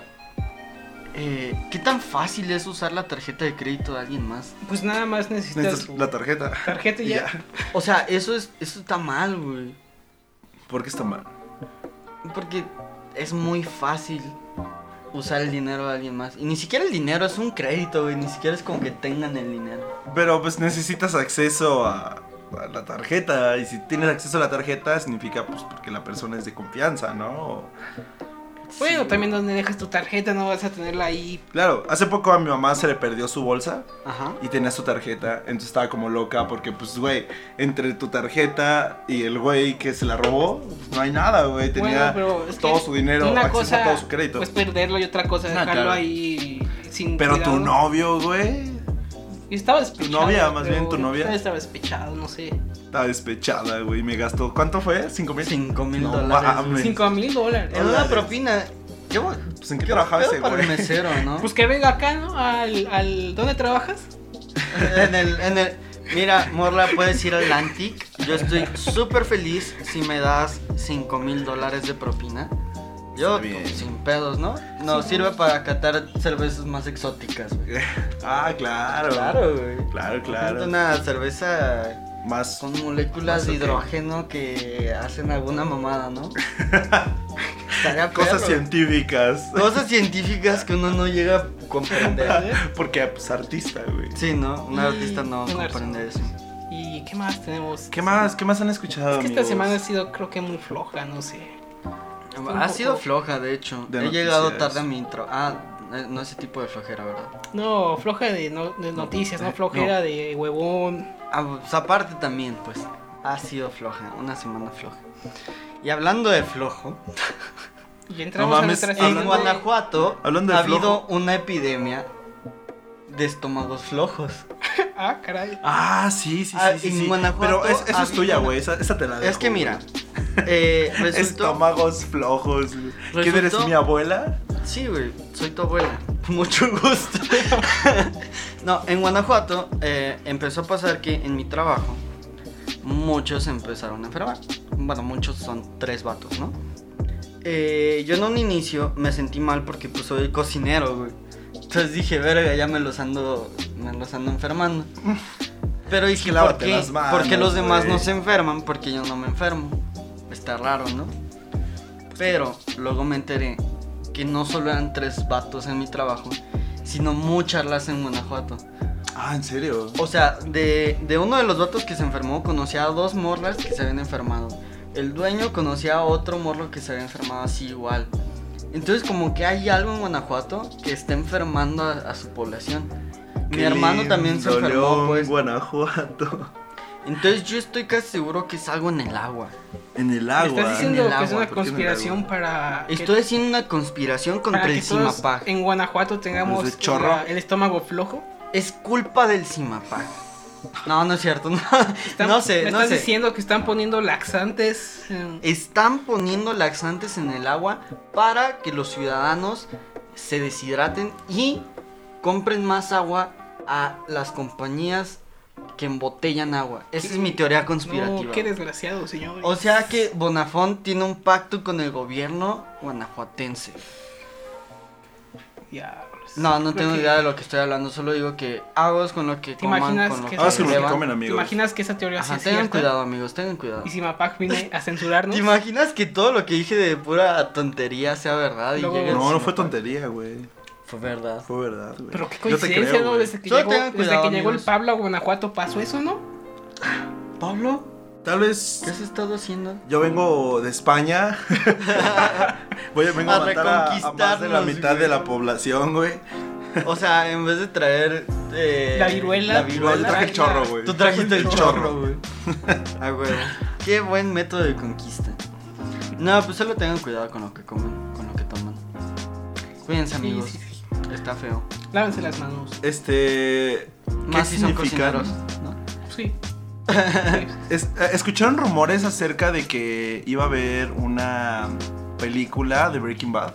B: eh, ¿qué tan fácil es usar la tarjeta de crédito de alguien más?
C: Pues nada más necesitas
A: Necesitas
C: tu
A: la tarjeta.
C: tarjeta y ya.
B: O sea, eso, es, eso está mal, güey.
A: ¿Por qué está mal?
B: Porque es muy fácil usar el dinero de alguien más. Y ni siquiera el dinero es un crédito, güey. Ni siquiera es como que tengan el dinero.
A: Pero pues necesitas acceso a, a la tarjeta. Y si tienes acceso a la tarjeta, significa pues porque la persona es de confianza, ¿no? O-
C: Bueno,
B: Sí.
C: también donde dejas tu tarjeta no vas a tenerla ahí.
A: Claro, hace poco a mi mamá se le perdió su bolsa
B: Ajá.
A: y tenía su tarjeta. Entonces estaba como loca porque pues, güey, entre tu tarjeta y el güey que se la robó, pues, no hay nada, güey. Tenía
C: bueno, pero es que
A: todo su dinero,
C: una
A: acceso
C: cosa
A: a todo su crédito.
C: Pues perderlo y otra cosa
A: Ah,
C: dejarlo
A: claro.
C: ahí sin
A: Pero
C: cuidado.
A: tu novio, güey,
C: Yo estaba despechado.
A: novia, más
C: pero
A: bien, tu
C: yo
A: novia.
C: Estaba despechado, no sé.
A: está despechada, güey. Me gastó, ¿cuánto fue? ¿Cinco mil?
B: 5 mil
A: No
B: dólares.
A: mames.
B: güey.
C: Cinco mil dólares.
B: En una
A: Dólares.
B: propina. ¿Qué, bo-
A: Pues en qué
B: qué
A: trabajaba
B: pedo
A: ese
B: para el
A: güey.
B: mesero, ¿no?
C: Pues que venga acá, ¿no? Al, al ¿Dónde trabajas?
B: en el, en el, mira, Morla, puedes ir al Antic. Yo estoy súper feliz si me das 5 mil dólares de propina. Yo,
A: Está bien.
B: sin pedos, ¿no? Nos sirve para catar cervezas más exóticas, güey.
A: Ah, claro.
B: güey.
A: Claro,
B: Por ejemplo,
A: claro.
B: Una cerveza
A: Más.
B: con moléculas
A: Más
B: de
A: ok.
B: hidrógeno que hacen alguna mamada, ¿no? Estaría
A: Cosas
B: perro.
A: científicas.
B: Cosas científicas que uno no llega a comprender.
A: Porque, pues, artista, güey.
B: Sí, ¿no? Un
C: Y
B: artista no
C: un
B: comprende eso.
C: ¿Y qué más tenemos?
A: ¿Qué más? ¿Qué más han escuchado,
C: Es que esta
A: amigos?
C: semana ha sido, creo que muy floja, no sé. Un
B: Ha
C: poco-
B: sido floja, de hecho.
A: De
B: He
A: noticias.
B: llegado tarde a mi intro. Ah, eh, no ese tipo de flojera, ¿verdad?
C: No, floja de, no- de noticias,
A: Eh,
C: no flojera de huevón.
B: Ah, pues, aparte también, pues. Ha sido floja, una semana floja. Y hablando de flojo,
C: Y entramos
A: No
C: a
A: mames,
C: nuestra
B: en
C: segunda-
B: Guanajuato
A: Hablando de
B: ha habido
A: flojo.
B: una epidemia de estómagos flojos.
C: Ah, caray.
A: Ah, sí, sí,
B: Ah,
A: sí. sí,
B: en
A: sí.
B: Guanajuato
A: Pero es- eso es
B: había
A: tuya,
B: una-
A: güey. Esa, esa te la dejo.
B: es que mira,
A: güey.
B: eh, resultó...
A: Estómagos flojos. güey. ¿Quién
B: Resultó-
A: eres mi abuela?
B: Sí, güey, soy tu abuela. Con Mucho gusto. no, en Guanajuato eh, empezó a pasar que en mi trabajo muchos empezaron a enfermar. Bueno, muchos son tres vatos, ¿no? Eh, yo en un inicio me sentí mal porque pues soy cocinero, güey. Entonces dije, verga, ya me los ando, me los ando enfermando. Pero dije, ¿por
A: Lávate
B: qué?
A: las manos,
B: ¿Por qué los demás
A: güey.
B: no se enferman? Porque yo no me enfermo. Está raro, ¿no? Pero luego me enteré que no solo eran tres vatos en mi trabajo, sino muchas las en Guanajuato.
A: Ah, ¿en serio?
B: O sea, de, de uno de los vatos que se enfermó, conocía a dos morras que se habían enfermado. El dueño conocía a otro morro que se había enfermado así igual. Entonces como que hay algo en Guanajuato que está enfermando a, a su población. Mi
A: Qué
B: hermano también se
A: lindo,
B: enfermó,
A: León,
B: pues.
A: Guanajuato.
B: Entonces yo estoy casi seguro que es algo en el agua.
A: En el
C: Me
A: agua.
C: estás diciendo
B: En
C: que
B: el
C: es
B: agua,
C: una
A: ¿por qué en el
C: conspiración para. que-
B: Estoy haciendo una conspiración
C: para
B: contra
C: que
B: el
C: todos
B: Simapag.
C: En Guanajuato tengamos
A: Desde Chorro.
C: la- el estómago flojo.
B: Es culpa del Simapag. No, no es cierto. No,
C: Están-
B: no sé,
C: Me
B: no
C: estás
B: sé.
C: diciendo que están poniendo laxantes. eh, en-
B: Están poniendo laxantes en el agua para que los ciudadanos se deshidraten y compren más agua a las compañías que embotellan agua. Esa es mi teoría conspirativa.
C: No, qué desgraciado, señor.
B: O sea que Bonafont tiene un pacto con el gobierno guanajuatense.
C: Diablos.
B: No, no
C: pues, Creo
B: tengo
C: que-
B: idea de lo que estoy hablando, solo digo que aguas con lo que
C: ¿Te
B: coman,
C: imaginas
B: con lo
C: que-
B: que,
A: Aguas con lo que
B: beban.
A: comen,
C: ¿Te
A: amigos.
C: imaginas que esa teoría sí
B: Ajá,
C: es
B: tengan
C: cierta?
B: cuidado, amigos, tengan cuidado.
C: Y si Mapac viene a censurarnos.
B: ¿Te imaginas que todo lo que dije de pura tontería sea verdad? Y
C: Luego-
B: llegue el
A: No, no fue
B: Sinopec?
A: tontería, güey.
B: Fue verdad.
A: Fue verdad, güey.
C: Pero qué
A: Yo te
C: coincidencia,
A: creo,
C: ¿no?
A: güey.
C: Desde que,
B: Solo
C: llegó,
B: tengan
C: desde
B: cuidado,
C: que llegó el
B: amigos.
C: Pablo a Guanajuato pasó eso, ¿no?
B: Pablo,
A: Tal vez
B: ¿qué has estado haciendo?
A: Yo vengo de España. Voy a, vengo a,
B: A
A: matar a- a, más de la
B: reconquistarnos,
A: mitad
B: güey.
A: de la población, güey.
B: O sea, en vez de traer. eh,
C: La viruela.
B: La
A: Yo
B: viruela.
A: traje el chorro, güey.
B: Tú trajiste el
A: El
B: chorro,
A: chorro.
B: güey. Ah, güey. Qué buen método de conquista. No, pues solo tengan cuidado con lo que comen, con lo que toman. Cuídense,
C: Sí,
B: amigos.
C: sí, sí.
B: Está feo.
C: Lávense las manos.
A: Este. ¿Qué
B: Más si son
A: significa?
B: cocineros, ¿no?
C: Sí.
A: Es- eh, ¿Escucharon rumores acerca de que iba a haber una película de Breaking Bad?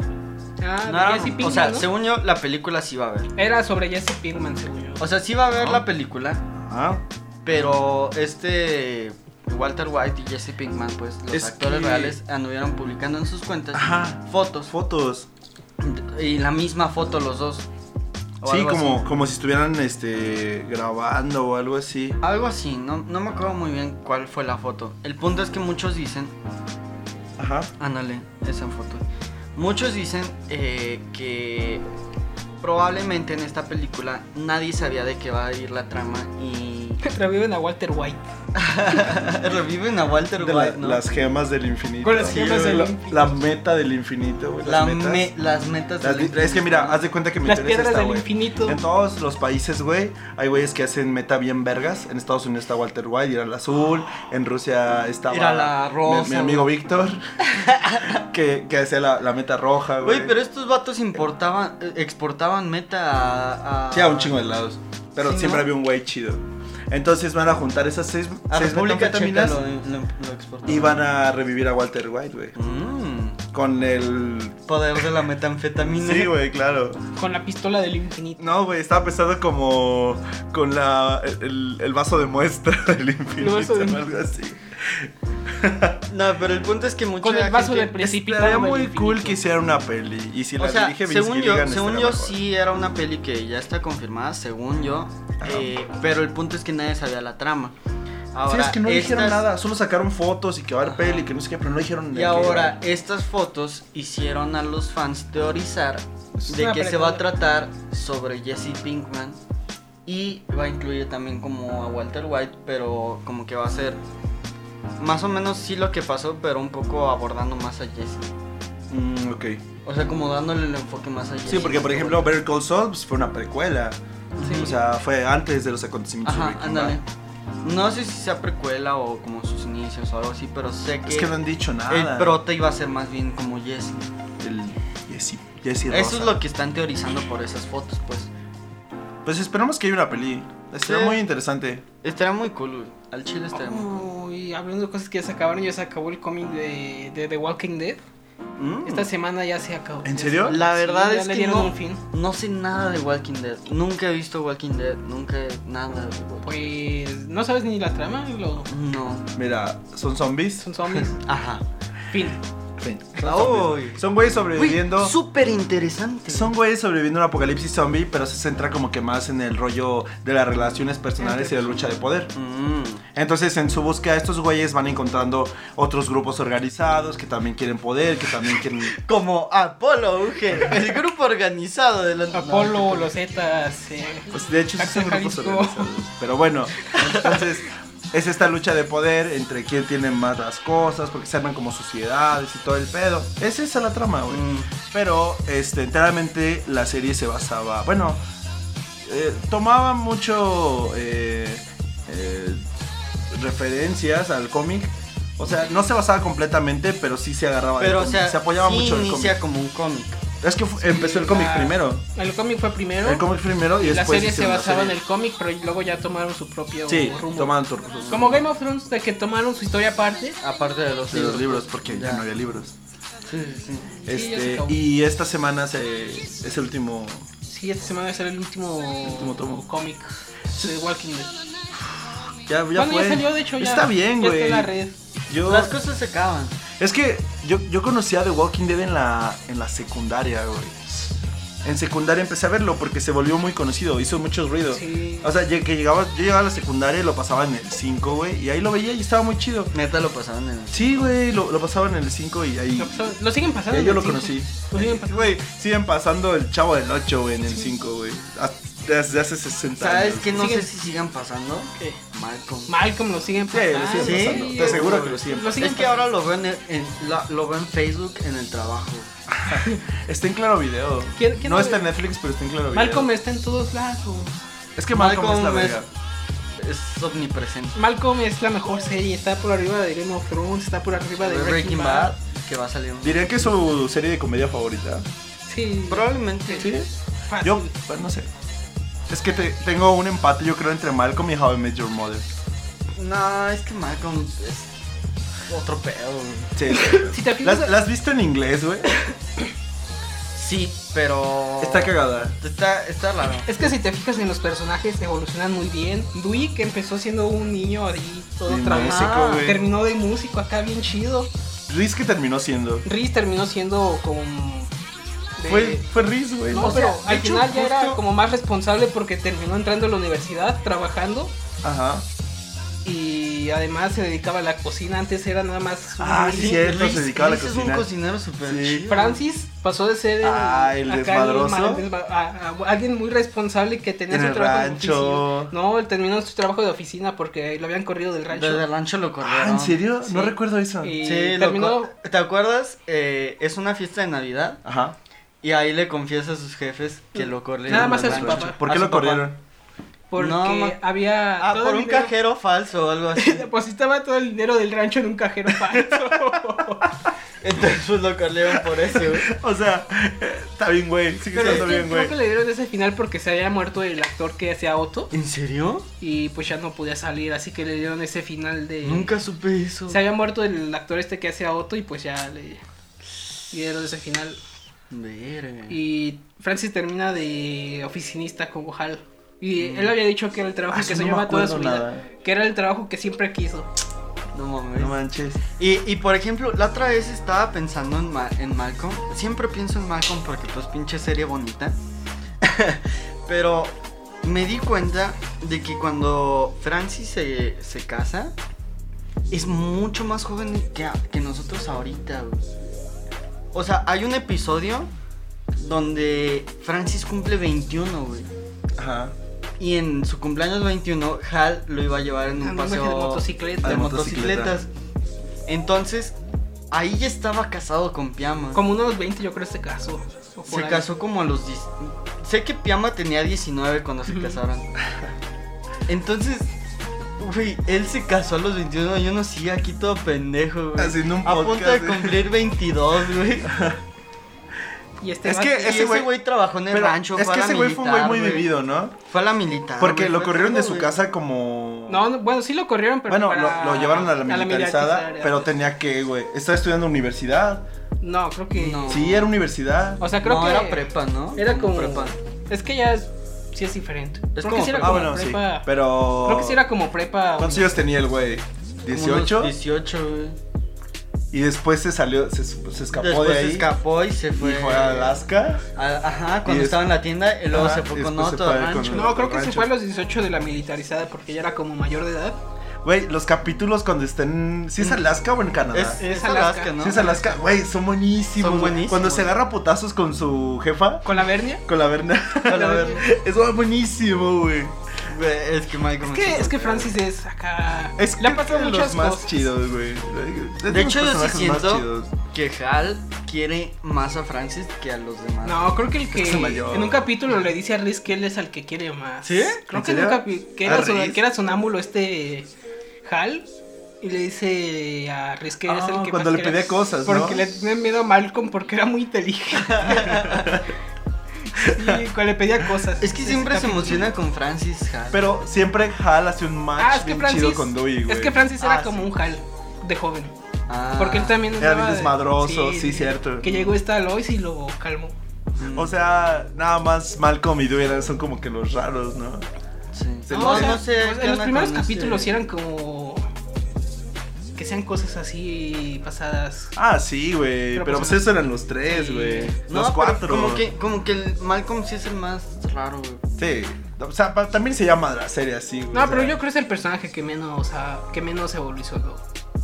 C: Ah,
B: No,
C: de Jesse
B: no, o
C: Pinkman,
B: sea,
C: ¿no?
B: según yo, la película sí va a haber.
C: Era sobre Jesse Pinkman, según yo.
B: O sea, sí va a haber
A: No.
B: la película,
A: Ajá.
B: pero este Walter White y Jesse Pinkman, pues los
A: Es
B: actores
A: que-
B: reales anduvieron publicando en sus cuentas
A: Ajá.
B: fotos
A: Fotos.
B: y la misma foto los dos. o
A: Sí,
B: algo
A: como,
B: así.
A: como si estuvieran este, grabando o algo así.
B: Algo así, no, no me acuerdo muy bien cuál fue la foto. El punto es que muchos dicen
A: Ajá.
B: Ándale, esa foto. Muchos dicen eh, que probablemente en esta película nadie sabía de qué va a ir la trama y
C: Reviven a Walter White.
B: reviven a Walter
A: De la-
B: White, ¿no?
A: Las gemas del infinito.
C: Con las gemas del
A: la,
C: infinito.
A: la meta del infinito, güey.
B: La
A: las metas.
B: me- las metas.
A: Las
B: del
A: di- es que mira,
B: infinito.
A: haz de cuenta que mi
C: Las
A: teoría es
C: piedras
A: esta,
C: del
A: güey.
C: infinito.
A: En todos los países, güey, hay güeyes que hacen meta bien vergas. En Estados Unidos está Walter White, era el azul. En Rusia estaba
B: Era la
A: mi-
B: rosa,
A: mi, amigo Víctor, que, que hacía la, la meta roja, güey.
B: Güey, pero estos vatos importaban, eh, exportaban meta a.
A: Sí, a un chingo de lados. Pero
B: Sí,
A: siempre
B: ¿no?
A: había un güey chido. Entonces van a juntar esas seis,
B: A
A: seis
B: República Checa
A: metanfetaminas
B: lo, lo- lo exportaban.
A: y van a revivir a Walter White, güey.
B: Mm,
A: Con el...
B: poder de la metanfetamina.
A: Sí, güey, claro.
C: Con la pistola del infinito.
A: No, güey, estaba pensando como con la, el, el vaso de muestra del infinito
C: vaso de
A: o algo así.
B: No, pero el punto es que mucha
C: Con el vaso
B: gente-
C: del precipitado.
A: Estaría
C: del
A: muy
C: infinito.
A: cool que hiciera una peli. Y si la
B: o sea,
A: dirige Vince
B: según yo,
A: Gilligan,
B: según
A: estaría
B: yo
A: mejor.
B: sí era una peli que ya está confirmada, según yo.
A: Ajá.
B: eh, pero el punto es que nadie sabía la trama.
A: Sí,
B: Ahora,
A: es que no dijeron
B: estas-
A: nada, solo sacaron fotos y que va a haber
B: Ajá.
A: peli, que no sé qué, pero no dijeron
B: Y
A: de qué
B: ahora estas fotos hicieron a los fans teorizar
C: Es
B: de
C: una
B: que se va a
C: película.
B: tratar sobre Jesse Pinkman y va a incluir también como a Walter White, pero como que va a ser más o menos sí lo que pasó, pero un poco abordando más a Jesse.
A: iba. Mm, ok.
B: O sea, como dándole el enfoque más a Jesse.
A: Sí, porque por ejemplo, Better Call Saul pues, fue una precuela.
C: Sí.
A: O sea, fue antes de los acontecimientos de
B: Ajá,
A: Breaking
B: ándale.
A: Bad.
B: No sé si sea precuela o como sus inicios o algo así, pero sé que,
A: Es que no han dicho nada.
B: el prota iba a ser más bien como Jesse.
A: El Jesse, Jesse Rosa.
B: Eso es lo que están teorizando por esas fotos, pues.
A: Pues esperamos que haya una peli. Estaría
B: Sí.
A: muy interesante.
B: Estaría muy cool, güey. Al chile estaría muy cool.
C: Uy, hablando de cosas que ya se acabaron, ya se acabó el cómic de, de The Walking Dead.
B: Mm.
C: Esta semana ya se acabó.
A: ¿En serio?
B: La
C: Sí,
B: verdad
C: ya
B: es
C: le
B: que
C: dieron
B: no,
C: un fin.
B: no sé nada de Walking Dead. Nunca he visto Walking Dead. Nunca he- nada. de Walking
C: Pues no sabes ni la trama, lo-
B: Dead. No.
A: Mira, son zombies.
C: son zombies.
B: Ajá.
C: fin.
A: Sí,
B: Uy.
A: Son güeyes
B: Güey,
A: sobreviviendo.
B: Súper interesante.
A: Son güeyes sobreviviendo a un apocalipsis zombie, pero se centra como que más en el rollo de las relaciones personales y de lucha de poder.
B: Mm.
A: Entonces, en su búsqueda, estos güeyes van encontrando otros grupos organizados que también quieren poder, que también quieren.
B: Como Apolo, Uge, el grupo organizado de los
C: Apolo, los Zetas. eh,
A: Pues, de hecho, sí son
C: Acción
A: grupos
C: Jalisco.
A: organizados. Pero bueno, entonces. Es esta lucha de poder entre quién tiene más las cosas, porque se arman como sociedades y todo el pedo. Es esa la trama, güey.
B: Mm.
A: Pero este, enteramente la serie se basaba. Bueno, eh, tomaba mucho eh, eh, referencias al cómic. O sea, no se basaba completamente, pero sí se agarraba. del
B: Pero o
A: cómic.
B: sea,
A: se apoyaba
B: sí
A: mucho el
B: inicia
A: cómic.
B: como un cómic.
A: Es que fu- empezó el cómic
C: la-
A: primero.
C: El cómic fue primero.
A: El cómic primero y
C: la
A: después.
C: serie se
A: hicieron la
C: basaba en
A: serie.
C: el cómic, pero luego ya tomaron su propio
A: Sí,
C: rumbo.
A: tomaban tur-
C: Como Game of Thrones, de que tomaron su historia aparte.
B: Aparte de los
A: de los
B: libros.
A: libros, porque ya
B: Ya.
A: no había libros.
B: Sí, sí, sí.
C: Sí, ya se
A: Este,
C: acabó.
A: y esta semana se- es el último.
C: Sí, esta semana va a ser el último,
A: último tomo.
C: cómic de Walking Dead.
A: Ya, ya
C: bueno,
A: fue.
C: ya salió, de hecho, ya.
A: Está bien,
C: ya
A: güey.
C: Está en la red.
A: Yo,
B: Las cosas se acaban.
A: Es que yo, yo conocí a The Walking Dead en la, en la secundaria, güey. En secundaria empecé a verlo porque se volvió muy conocido, hizo muchos ruidos.
C: Sí.
A: O sea, lle- que llegaba, yo llegaba a la secundaria y lo pasaba en el 5, güey. Y ahí lo veía y estaba muy chido.
B: Neta lo pasaron en el.
A: Sí, güey, lo, lo pasaba en el 5 y ahí...
C: Lo, pasó- lo siguen pasando.
A: y ahí yo
C: en
A: lo
C: el
A: conocí.
C: cinco. Lo Pues siguen pasando.
A: Güey, siguen pasando el chavo del 8, güey, en el 5, güey. Hasta- Desde hace 60
B: ¿Sabes
A: años.
B: que no
C: Siguen-
B: sé si sigan pasando?
C: ¿Qué?
B: Malcolm.
C: Malcolm lo siguen
A: Sí,
C: pasando.
A: lo siguen
B: ¿Sí?
A: pasando. Te aseguro que lo siguen
C: Lo siguen
B: es que ahora lo ven en, en la- lo ven en Facebook en el trabajo.
A: Está en claro video.
C: ¿Quién- quién
A: no
C: lo
A: está en
C: ve?
A: Netflix, pero está en claro video.
C: Malcolm está en todos lados.
A: Es que Malcolm, es la
B: Malcolm es-
A: verga.
B: Es omnipresente.
C: Malcolm es la mejor serie. Está por arriba de Game of Thrones. Está por arriba de
B: Breaking Bad, que va a salir un...
A: Diría que es su serie de comedia favorita.
C: Sí.
B: Probablemente.
A: ¿Sí?
C: Fácil.
A: Yo, pues no sé. Es que te- tengo un empate, yo creo, entre Malcolm y How I Met Your Mother.
B: No, es que Malcolm es otro pedo. güey.
A: Sí.
C: Si te
A: ¿La,
C: fijas,
A: la has visto en inglés, güey?
B: Sí, pero.
A: Está cagada.
B: Está, está raro.
C: es que si te fijas en los personajes evolucionan muy bien. Dewey que empezó siendo un niño ahí todo
A: De músico,
C: traumado,
A: güey.
C: terminó de músico acá bien chido.
A: Riz que terminó siendo.
C: Riz terminó siendo como de-
A: Fue, fue Riz, güey.
C: No, pues,
B: O sea,
C: pero
B: de
C: al
B: hecho,
C: final ya era
B: justo-
C: como más responsable porque terminó entrando a la universidad trabajando
A: Ajá.
C: y además se dedicaba a la cocina. Antes era nada más. un
A: Ah,
C: niño.
A: sí, cierto,
B: Luis-
A: se dedicaba a la
B: Luis
A: cocina.
B: Es un cocinero súper
A: Sí.
B: chido.
C: Francis pasó de ser
A: Ah, el
C: acá
A: desmadroso.
C: ma- desma- a- a- alguien muy responsable que tenía
A: En
C: su
A: el
C: trabajo
A: rancho.
C: de oficina. No, él terminó su trabajo de oficina porque lo habían corrido del rancho.
B: Desde el rancho lo corrieron.
A: Ah, ¿en serio? No
C: Sí.
A: recuerdo eso.
C: Y
B: Sí, lo
C: terminó.
B: cor- ¿Te acuerdas? Eh, es una fiesta de Navidad
A: Ajá.
B: y ahí le confiesa a sus jefes que lo corrieron.
C: Nada más
B: del
C: a su
B: rancho.
C: papá.
A: ¿Por
B: A
A: qué
B: su
A: lo
B: papá.
A: corrieron?
C: Porque
B: No, ma-
C: había.
B: Ah,
C: todo
B: por
C: el
B: un
C: dinero-
B: cajero falso o algo así.
C: Depositaba todo el dinero del rancho en un cajero falso.
B: Entonces pues, lo corrieron por eso. güey.
A: O sea, está bien, güey. Sigue
C: Pero es
A: estando
C: que
A: bien,
C: creo
A: güey.
C: que le dieron ese final porque se había muerto el actor que hacía Otto
B: ¿En serio?
C: y pues ya no podía salir, así que le dieron ese final de...
B: Nunca supe eso.
C: Se había muerto el actor este que hacía Otto y pues ya le dieron ese final.
B: Verga.
C: Y Francis termina de oficinista con Gojal. Y él había dicho que era el trabajo
A: Mm. Ah,
C: que
A: sí, no
C: soñaba
A: me
C: toda
A: acuerdo
C: su vida.
A: nada.
C: Que era el trabajo que siempre quiso.
B: No mames.
A: No manches.
B: Y, y, por ejemplo, la otra vez estaba pensando en, Ma- en Malcolm. Siempre pienso en Malcolm porque pues pinche serie bonita. Pero me di cuenta de que cuando Francis se, se casa, es mucho más joven que, a- que nosotros ahorita. güey. O sea, hay un episodio donde Francis cumple 21, güey.
A: Ajá.
B: Y en su cumpleaños 21, Hal lo iba a llevar en un
C: Andando en
B: paseo
C: Ah, motocicleta.
B: de
A: Ah, motocicleta.
B: motocicletas. Entonces, ahí ya estaba casado con Piama.
C: Como unos 20 yo creo se casó. o por
B: Se
C: ahí.
B: casó como a los... dis- Sé que Piama tenía 19 cuando se
C: Ujú.
B: casaron. Entonces, güey, él se casó a los 21 y uno sigue aquí todo pendejo, güey.
A: Haciendo un
B: a punto
A: podcast,
B: de
A: ¿eh?
B: cumplir 22, güey.
C: Y este
A: Es
C: vato-
A: que
B: Y
A: Ese
B: ese
A: güey-
B: güey trabajó en el
A: Pero
B: rancho,
A: es
B: fue
A: que
B: a la
A: ese güey fue un güey
B: militar,
A: muy vivido, ¿no?
B: Fue a la
C: Ah,
B: militar.
A: Porque
B: güey,
A: lo
B: fue
A: corrieron de
B: todo,
A: su
B: güey.
A: casa como...
C: No, no, bueno, sí lo corrieron, pero.
A: Bueno,
C: para-
A: lo, lo llevaron a la militarizada,
C: militarizada,
A: pero
C: pues.
A: tenía que, güey. Estaba estudiando universidad.
C: No, creo que.
B: No.
A: Sí, era universidad.
C: O sea, creo
B: No,
C: que.
B: era prepa, ¿no?
C: Era como.
B: prepa.
C: Es que ya es, sí es diferente. creo
B: como
C: que sí era
A: ah,
C: como
A: bueno,
C: prepa.
A: sí. Pero...
C: Creo que sí era como prepa.
A: ¿Cuántos
C: bueno.
A: años tenía el güey?
B: Como unos
A: ¿18?
B: 18, güey.
A: Y después se salió, se, se escapó
B: Después
A: de ahí.
B: se escapó y se
A: Y
B: fue.
A: fue a Alaska.
B: a- ajá,
A: Y
B: cuando
A: des-
B: estaba en la tienda y luego
A: Ajá,
B: se fue con
A: después se
B: otro
A: fue
B: rancho.
A: con-
C: No, creo que se
A: Rancho.
C: fue a los 18 de la militarizada porque ya era como mayor de edad.
A: Güey, los capítulos cuando estén... ¿Sí es Alaska o en Canadá?
B: Es, es
C: Es
B: Alaska,
C: Alaska,
B: ¿no?
A: Sí es Alaska. Güey, son buenísimos.
B: Son
A: güey.
B: buenísimos.
A: Cuando se agarra a putazos con su jefa,
C: ¿Con la vernia?
A: con la verna.
B: Con la verna.
A: Eso es buenísimo, güey.
B: Güey, eh, Es que Michael
C: Es
B: me
C: que,
B: hizo
C: es que
B: llorar.
C: Francis es acá.
A: Es
C: Le
A: que
C: han pasado
A: es de
C: muchas
A: los más
C: cosas.
A: chidos, güey. Es
B: De
A: los
B: hecho, yo sí
A: personajes más
B: siento
A: chidos.
B: que Hal quiere más a Francis que a los demás.
C: No, creo que el que
A: Es mayor.
C: en un capítulo le dice a Riz que él es al que quiere más.
A: ¿Sí?
C: Creo
A: ¿En
C: que en un
A: serio?
C: capítulo que,
A: ¿A
C: era son-
A: Riz?
C: que era sonámbulo este Hal y le dice a Riz que es
A: Ah,
C: el que
A: cuando
C: más
A: le
C: quiere.
A: pedía cosas, ¿no?
C: Porque le tenía miedo a Malcolm porque era muy inteligente. y cuando le pedía cosas.
B: Es que
C: Ese
B: siempre se
C: capítulo.
B: emociona con Francis Hal.
A: Pero siempre Hal hace un match
C: Ah, es que
A: bien
C: Francis.
A: chido con Dewey, güey.
C: es que Francis era
B: Ah,
C: como
B: sí.
C: un Hal de joven.
B: Ah.
C: Porque él también
A: Era
C: andaba
A: bien
C: de-
A: desmadroso, sí, cierto.
C: Que llegó esta Lois y lo calmó.
B: Mm,
A: O sea, nada más Malcolm y Dewey eran- son como que los raros, ¿no?
B: sí.
A: se
C: No, o sea,
A: no
C: pues,
B: qué
C: en los
B: onda
C: primeros
B: con ese-
C: capítulos sí eran como. Que sean cosas así pasadas.
A: Ah, sí, güey.
C: Pero
A: Pero,
C: pues
A: pues
C: no-
A: esos eran los tres,
C: Sí.
A: güey.
B: No,
A: los
B: pero
A: cuatro.
B: Como que, como que el Malcolm sí es el más raro, güey.
A: Sí. O sea, pa- también se llama la serie así, güey.
C: No,
A: o
C: pero
A: sea.
C: yo creo que es el personaje que menos, o sea, que menos evolucionó.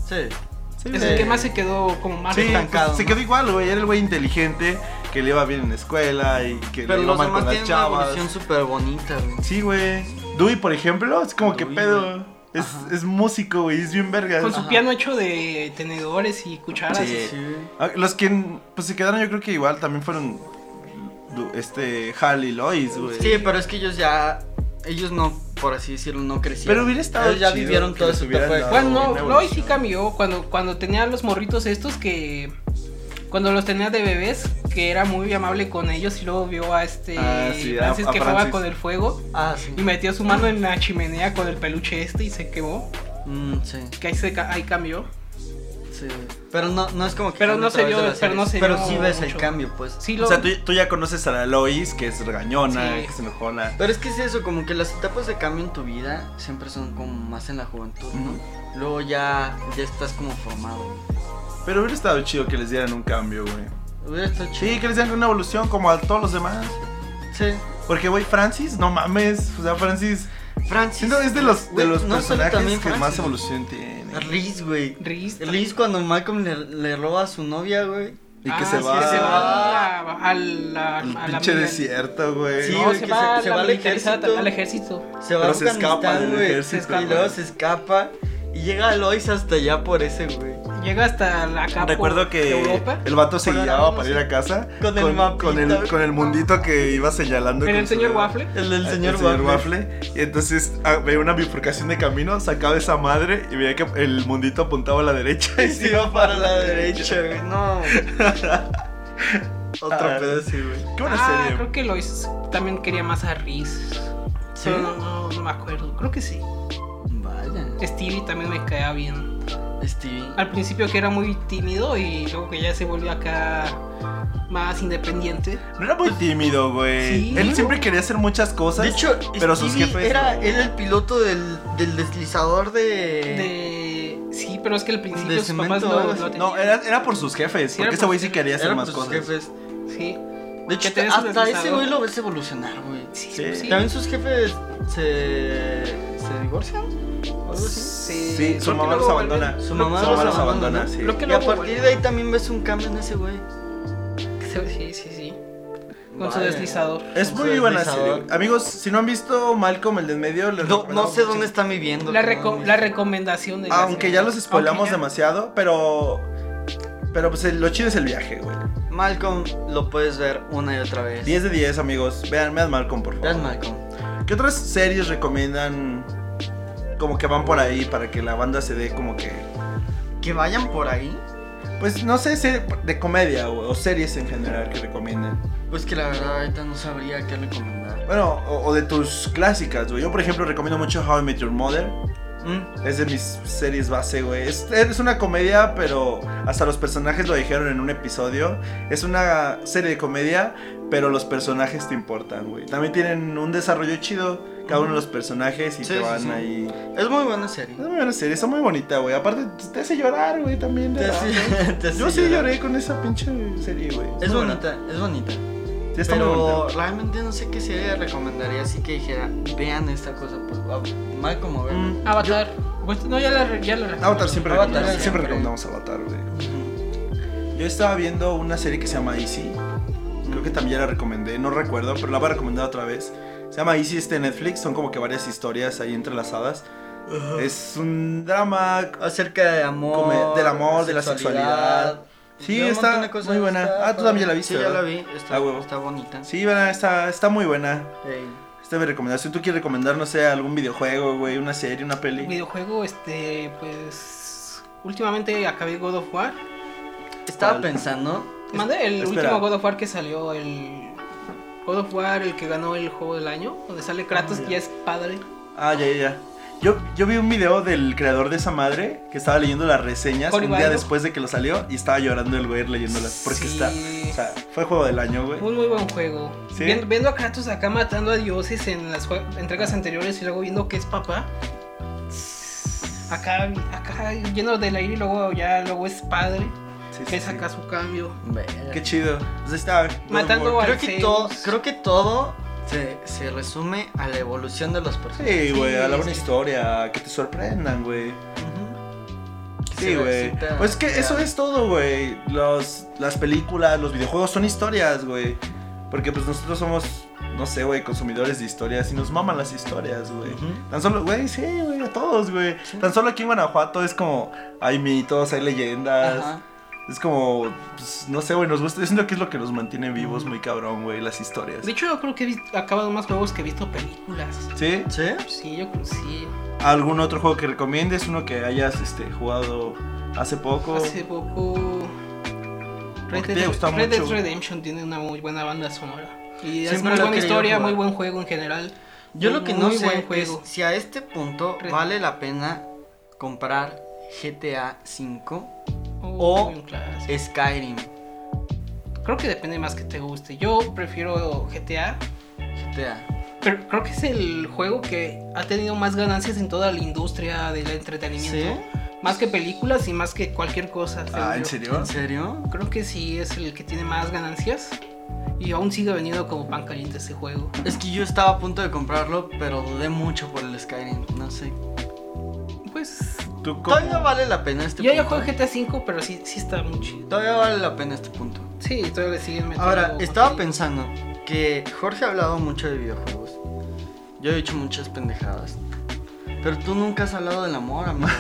B: Sí.
A: Sí,
C: Es
A: güey.
C: el que más se quedó como más
A: Sí,
B: estancado,
A: pues, se
B: ¿no?
A: quedó igual, güey. Era el güey inteligente, que le iba bien en la escuela y que
B: Pero
A: le iba
B: los
A: mal con
B: demás
A: las
B: tienen una
A: chavas.
B: evolución súper bonita, güey.
A: Sí, güey. Dewey, por ejemplo, es como que
B: Dewey, güey.
A: pedo. Es,
B: Ajá.
A: es músico, güey. Es bien verga.
C: Con su
B: Ajá.
C: piano hecho de tenedores y cucharas.
A: Sí.
B: Sí.
A: Ah, Los que pues, se quedaron, yo creo que igual también fueron du- este Hal y Lois, güey.
B: Sí, pero es que ellos ya. Ellos no, por así decirlo, no crecieron.
A: Pero hubiera estado
B: Ellos ya
A: chido
B: vivieron
A: que
B: todo
A: les
B: su
A: hubieran
B: etapa de-
A: dado-
C: Bueno,
A: una
C: no,
A: evolución.
C: Lois sí cambió cuando, cuando tenía los morritos estos que. Cuando los tenía de bebés, que era muy amable con ellos y luego vio a este
A: Ah, sí, a-
C: Francis
A: a
C: que
A: Francis.
C: juega con el fuego
B: Ah, sí.
C: y metió su mano en la chimenea con el peluche este y se quemó.
B: Mm, sí,
C: Que ahí, se, ca- ahí cambió.
B: sí. Pero no, no es como que.
C: Pero
B: cambie
C: no se
B: todo el
C: vio-
B: de las
C: pero no
B: series.
C: se
B: Pero
C: vio
B: sí ves el
C: mucho.
B: cambio, pues.
C: Sí, lo.
A: O sea, tú, tú ya conoces a la Lois, que es regañona, que
C: Sí.
A: es enojona.
B: Pero es que es eso, como que las etapas de cambio en tu vida siempre son como más en la juventud, ¿no? Luego ya, ya estás como formado.
A: Pero hubiera estado chido que les dieran un cambio, güey.
B: Hubiera estado chido.
A: Sí, que les dieran una evolución como a todos los demás.
B: Sí.
A: Porque, güey, Francis, no mames. O sea, Francis.
B: Francis.
A: Siento que es de los, de
B: Güey,
A: los
B: no solo
A: personajes
B: también
A: que
B: Francis,
A: más
B: güey.
A: evolución tiene.
B: Riz, güey.
C: Riz-
B: Riz cuando Malcolm le, le roba a su novia, güey.
A: Y que
C: Ah,
A: se
C: sí,
A: va.
C: se va a la- a la-
A: Al
C: a la
A: pinche
C: mina-
A: desierto, güey.
B: Sí,
C: No,
B: güey,
C: se,
B: que
C: va
B: se-
C: a
B: se
C: la
B: va al
C: militarizada
B: ejército.
C: al ejército.
B: Se va
A: Pero
B: a
A: se escapa
B: Afganistán,
A: del
B: güey.
A: ejército,
B: Y luego se escapa. Y llega Lois hasta allá por ese, güey.
C: Llega hasta la capa
A: Recuerdo que
C: Europa.
A: el vato se
B: Para
A: guiaba
B: no
A: para
B: sé.
A: ir a casa
B: Con el mapita,
A: con el,
B: güey.
A: con el mundito que iba señalando.
C: En
A: con
C: el
A: su
C: señor
A: dedo.
C: Waffle.
B: El del
A: Ah,
B: señor,
A: el
B: Waffle.
A: Y entonces ah, veía una bifurcación de camino, sacaba esa madre y veía que el mundito apuntaba a la derecha.
B: Y se iba para la derecha, güey. No. Otro
A: Ah.
B: pedo así, güey.
A: Qué buena
C: Ah,
A: serie.
C: creo que Lois también quería más a Riz.
B: ¿Sí?
C: Pero no, no, no me acuerdo. Creo que sí.
B: Vaya.
C: Stevie también me caía bien.
B: Stevie.
C: Al principio que era muy tímido y luego que ya se volvió acá más independiente.
A: No era muy tímido, güey.
C: Sí.
A: Él siempre quería hacer muchas cosas.
B: De hecho,
A: pero sus
B: Stevie
A: jefes
B: era
A: no.
B: él el piloto del, del deslizador de...
A: Eh,
C: De... Sí, pero es que al principio
B: De
C: sus papás
B: cemento,
C: no,
B: algo
C: no
B: así.
A: no,
C: tenían.
A: era, era por sus jefes.
C: Sí, era
A: Porque ese
C: por
A: güey
C: sus
A: sí quería hacer
B: Era
A: más
B: por sus
A: cosas.
B: jefes.
C: Sí,
B: De hecho,
C: tenías un
B: hasta ese
C: deslizador.
B: güey lo ves evolucionar, güey.
C: sí, pues
A: Sí.
C: sí.
B: También sus jefes se, se divorcian. o algo así.
A: Sí,
C: Sí,
A: su
C: porque
A: mamá los
C: luego vuelven-
A: abandona.
B: Su mamá
A: su
B: los
A: mamá los
B: abandona,
A: abandona,
B: ¿no?
A: sí.
C: Lo
B: Y
C: que
B: a
C: luego
B: partir
C: vuelven-
B: de ahí también ves un cambio en ese güey.
C: Sí, sí, sí. Con su
B: Vaya.
C: deslizador.
A: Es
B: Con
A: muy
B: su
A: buena
B: deslizador.
A: serie. Amigos, si no han visto Malcolm el del medio, les
B: No, no
A: recomendamos
B: sé dónde
A: muchísimo.
B: están viviendo.
C: La,
B: cabrón,
C: reco-
B: güey.
C: la recomendación de la
A: Aunque
C: serie.
A: ya los spoilamos
C: Aunque ya-
A: demasiado, pero. Pero pues el- lo chido es el viaje, güey.
B: Malcolm lo puedes ver una y otra vez.
A: 10 de 10, amigos. Vean, vean Malcolm, por favor.
B: Vean Malcolm.
A: ¿Qué otras series recomiendan? Como que van por ahí para que la banda se dé como que.
B: Que vayan por ahí.
A: Pues no sé, ser- de comedia o, o series en general que recomienden.
B: Pues que la verdad ahorita no sabría qué recomendar.
A: Bueno, o, o de tus clásicas, güey. Yo, por ejemplo, recomiendo mucho How I Met Your Mother.
B: Mm,
A: Es de mis series base, güey. Es, es una comedia, pero hasta los personajes lo dijeron en un episodio. Es una serie de comedia, pero los personajes te importan, güey. También tienen un desarrollo chido, cada uno de los personajes y
B: Sí,
A: te
B: sí,
A: van
B: sí.
A: ahí.
B: Es muy buena serie.
A: Es muy buena serie, está muy bonita, güey. Aparte, te hace llorar, güey, también. de
B: Te
A: rato.
B: hace- te hace
A: Yo sí
B: llorar.
A: lloré con esa pinche serie, güey.
B: Es
A: muy
B: bonita, es bonita.
A: buena. Sí, está muy
B: pero
A: bonita.
B: realmente no sé qué serie recomendaría así que dijera, vean esta cosa, pues wow, mal como ven.
A: Mm.
C: Avatar. Pues, no, ya la, ya la
A: Avatar siempre
B: Avatar
A: recomendamos,
B: siempre.
A: siempre recomendamos Avatar, güey. Yo estaba viendo una serie que se llama Easy.
B: mm.
A: Creo que también ya la recomendé, no recuerdo, pero la voy a recomendar otra vez. Se llama Easy, este Netflix, son como que varias historias ahí entrelazadas. Es un drama.
B: Acerca de amor,
A: Come- del amor, de la sexualidad. Sí,
B: de un montón
A: está
B: de cosas,
A: muy buena.
B: está
A: ah, tú también la
B: padre.
A: viste.
B: Sí, ya la
A: ¿verdad?
B: vi, está,
A: Ah, huevo.
B: está bonita.
A: Sí, bueno, está, está muy buena.
B: Ey.
A: Esta es mi recomendación. ¿Tú quieres recomendar, no sé, algún videojuego, güey, una serie, una peli?
C: Videojuego, este, pues. Últimamente acabé God of War.
B: Estaba
A: ¿Cuál?
B: pensando,
C: Mandé el
A: Espera.
C: último God of War que salió, el. God of War, el que ganó el juego del año, donde sale Kratos,
A: Ah, ya.
C: que ya es padre.
A: Ah, ya, ya, ya. Yo, yo vi un video del creador de esa madre que estaba leyendo las reseñas
C: Cory
A: un día
C: Barlog.
A: después de que lo salió y estaba llorando el güey leyéndolas. Porque
C: Sí.
A: está. O sea, fue juego del año, güey.
C: Un muy buen juego.
A: Sí.
C: Viendo, viendo a Kratos acá matando a dioses en las jue- entregas anteriores y luego viendo que es papá. Acá, acá lleno del aire y luego ya luego es padre.
A: Sí, sí,
C: Que
A: sí.
C: saca su cambio.
B: verga.
A: Qué chido. Pues ahí está.
C: Matando
A: World
C: a-
A: War.
B: creo que
C: Arceus.
B: todo, creo que todo se, se resume a la evolución de los personajes.
A: Sí, güey, a la buena
C: sí.
A: historia. Que te sorprendan, güey.
B: Ujú. Que
A: Sí,
B: se
A: güey.
B: resulta-
A: Pues que eso
B: ya.
A: es todo, güey. Los- Las películas, los videojuegos son historias, güey. Porque pues nosotros somos, no sé, güey, consumidores de historias y nos maman las historias, güey.
B: Ujú.
A: Tan solo, güey, sí, güey, a todos, güey.
B: Sí.
A: Tan solo aquí en Guanajuato es como, hay mitos, hay leyendas.
B: Ajá.
A: Es como, pues, no sé, güey, nos gusta. Yo siento que es lo que nos mantiene vivos,
B: Mm.
A: muy cabrón, güey, las historias.
C: De hecho, yo creo que he visto- acabado más juegos que he visto películas.
A: ¿Sí?
B: ¿Sí?
C: Sí, yo creo que sí.
A: ¿Algún otro juego que
B: Oh.
A: recomiendes? Uno que hayas este, jugado hace poco.
C: Hace poco.
A: Porque te
C: Red Dead,
A: gusta
C: Red Dead
A: mucho.
C: Redemption tiene una muy buena banda sonora. Y
B: Siempre
C: es muy
B: lo
C: buena
B: he querido
C: historia,
B: jugar.
C: muy buen juego en general.
B: Yo lo que no
C: Muy
B: sé
C: buen
B: es
C: juego.
B: si a este punto
C: Re-
B: vale la pena comprar GTA 5
C: Oh,
B: O-
C: muy clásico.
B: Skyrim.
C: Creo que depende más que te guste. Yo prefiero GTA,
B: GTA.
C: pero creo que es el juego que ha tenido más ganancias en toda la industria del entretenimiento. Más que películas y más que cualquier cosa. según
A: Ah, ¿en
C: yo.
A: serio?
B: ¿En serio?
C: Creo que sí es el que tiene más ganancias. Y aún sigue vendiendo como pan caliente ese juego.
B: Es que yo estaba a punto de comprarlo, pero dudé mucho por el Skyrim. No sé.
C: Pues.
A: ¿Tú cómo-
B: Todavía vale la pena este
C: Yo ya
B: punto. ¿eh?
C: juego GTA V, pero sí, sí está muy chido.
B: Todavía vale la pena este punto.
C: Sí, todavía le siguen metiendo.
B: Ahora,
C: contenido.
B: estaba pensando que Jorge ha hablado mucho de videojuegos. Yo he dicho muchas pendejadas. Pero tú nunca has hablado del amor, amigo.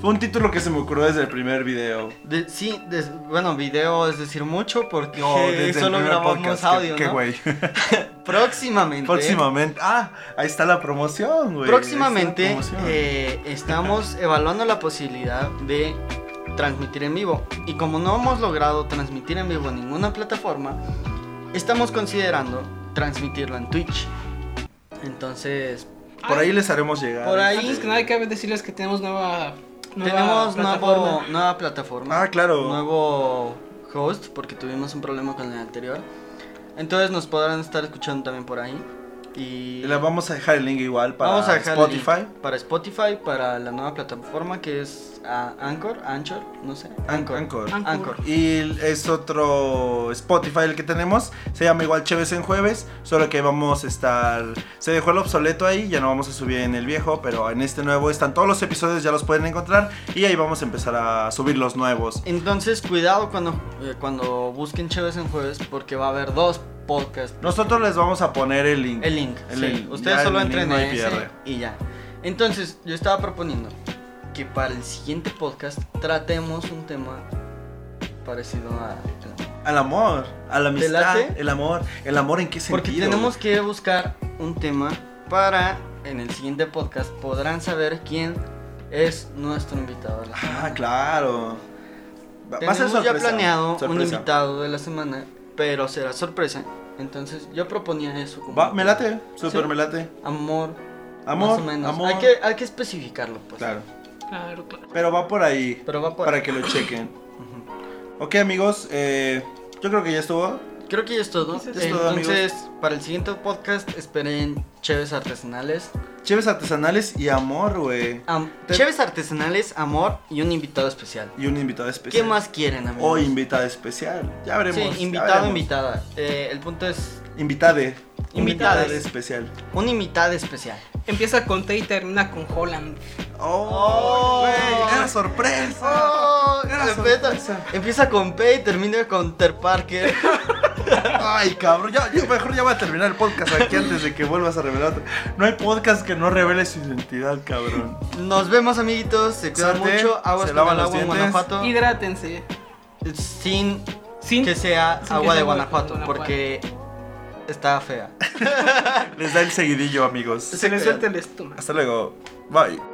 A: Fue un título que se me ocurrió desde el primer video.
B: De- sí, des- bueno, video es decir mucho porque
A: No, desde el
B: Oh, solo
A: primer
B: grabamos
A: podcast, qué-
B: audio,
A: Qué
B: ¿no?
A: güey.
B: Próximamente.
A: Próximamente. Ah, ahí está la promoción, güey. Ahí
B: Próximamente
A: está la promoción.
B: eh, estamos evaluando la posibilidad de transmitir en vivo. Y como no hemos logrado transmitir en vivo en ninguna plataforma, estamos considerando transmitirlo en Twitch. Entonces,
A: Por ahí les haremos llegar.
B: Por ahí-
C: Ah, Antes que nada, cabe decirles que tenemos nueva. nueva
B: tenemos
C: plataforma.
B: nuevo, nueva plataforma.
A: Ah, claro.
B: Nuevo host, porque tuvimos un problema con el anterior. Entonces nos podrán estar escuchando también por ahí. Y
A: Y La vamos a dejar el link igual para
B: Vamos a dejar el link
A: Spotify.
B: para Spotify, para la nueva plataforma que es ah, Anchor, Anchor, no sé. Anchor.
A: Anchor.
C: Anchor.
B: Anchor.
A: Y es otro Spotify el que tenemos. Se llama igual Chéves en Jueves. Solo que vamos a estar. Se dejó el obsoleto ahí. Ya no vamos a subir en el viejo. Pero en este nuevo están todos los episodios. Ya los pueden encontrar. Y ahí vamos a empezar a subir los nuevos.
B: Entonces, cuidado cuando, eh, cuando busquen Chéves en jueves porque va a haber dos podcasts.
A: Nosotros les vamos a poner el link.
B: El link.
A: El
B: sí.
A: link.
B: Ustedes
A: Ya
B: solo
A: el link
B: entren
A: no hay
B: a ese
A: pierde.
B: y ya. Entonces, yo estaba proponiendo que para el siguiente podcast tratemos un tema parecido a...
A: Al amor. A la amistad.
B: late?
A: El amor. El amor en qué sentido.
B: Porque tenemos que buscar un tema para en el siguiente podcast podrán saber quién es nuestro invitado. de la
A: Ah,
B: semana.
A: claro. Va, va a
B: Tenemos
A: ser sorpresa.
B: ya planeado un
A: sorpresa.
B: invitado de la semana, pero será sorpresa. Entonces yo proponía eso como
A: Va, me late. Súper
B: Sí.
A: me late.
B: amor,
A: Amor.
B: más o menos.
A: Amor.
B: Hay que hay que especificarlo, pues.
A: Claro.
C: Claro, claro.
A: Pero va por ahí.
B: Pero va por
A: Para que lo chequen. Ok, amigos. eh, yo creo que ya estuvo.
B: Creo que ya es todo.
C: Eso es
A: todo,
B: Entonces, para el siguiente podcast esperen cheves artesanales.
A: Cheves artesanales y amor, güey.
B: am- cheves artesanales, amor y un invitado especial.
A: Y un invitado
B: ¿Qué
A: especial.
B: más quieren, amigos?
A: Pues O invitada especial. Ya veremos.
B: Sí,
A: ya
B: invitado,
A: veremos.
B: invitada. Eh, el punto es
A: Invitade.
B: Invitades.
A: Invitade especial.
B: un invitado especial.
C: Empieza con T y termina con Holland.
A: ¡Oh!
B: Oh.
A: güey, ¡Era
B: Ah,
A: sorpresa! Era sorpresa.
B: Empieza con P y termina con Ter Parker.
A: Ay, cabrón, ya, yo mejor ya voy a terminar el podcast aquí antes de que vuelvas a revelar otro. No hay podcast que no revele su identidad, cabrón.
B: Nos vemos, amiguitos. Se cuidan
A: Suerte,
B: mucho. Aguas
A: se
B: con
A: lavan
B: el
A: los
B: agua en
A: dientes.
B: Guanajuato.
C: Hidrátense.
B: Sin
C: Sin.
B: que sea
C: Sin que
B: agua de
C: sea agua de
B: Guanajuato,
C: Guanajuato.
B: porque está fea.
A: Les da el seguidillo, amigos.
C: se les suelte el estómago.
A: Hasta luego. Bye.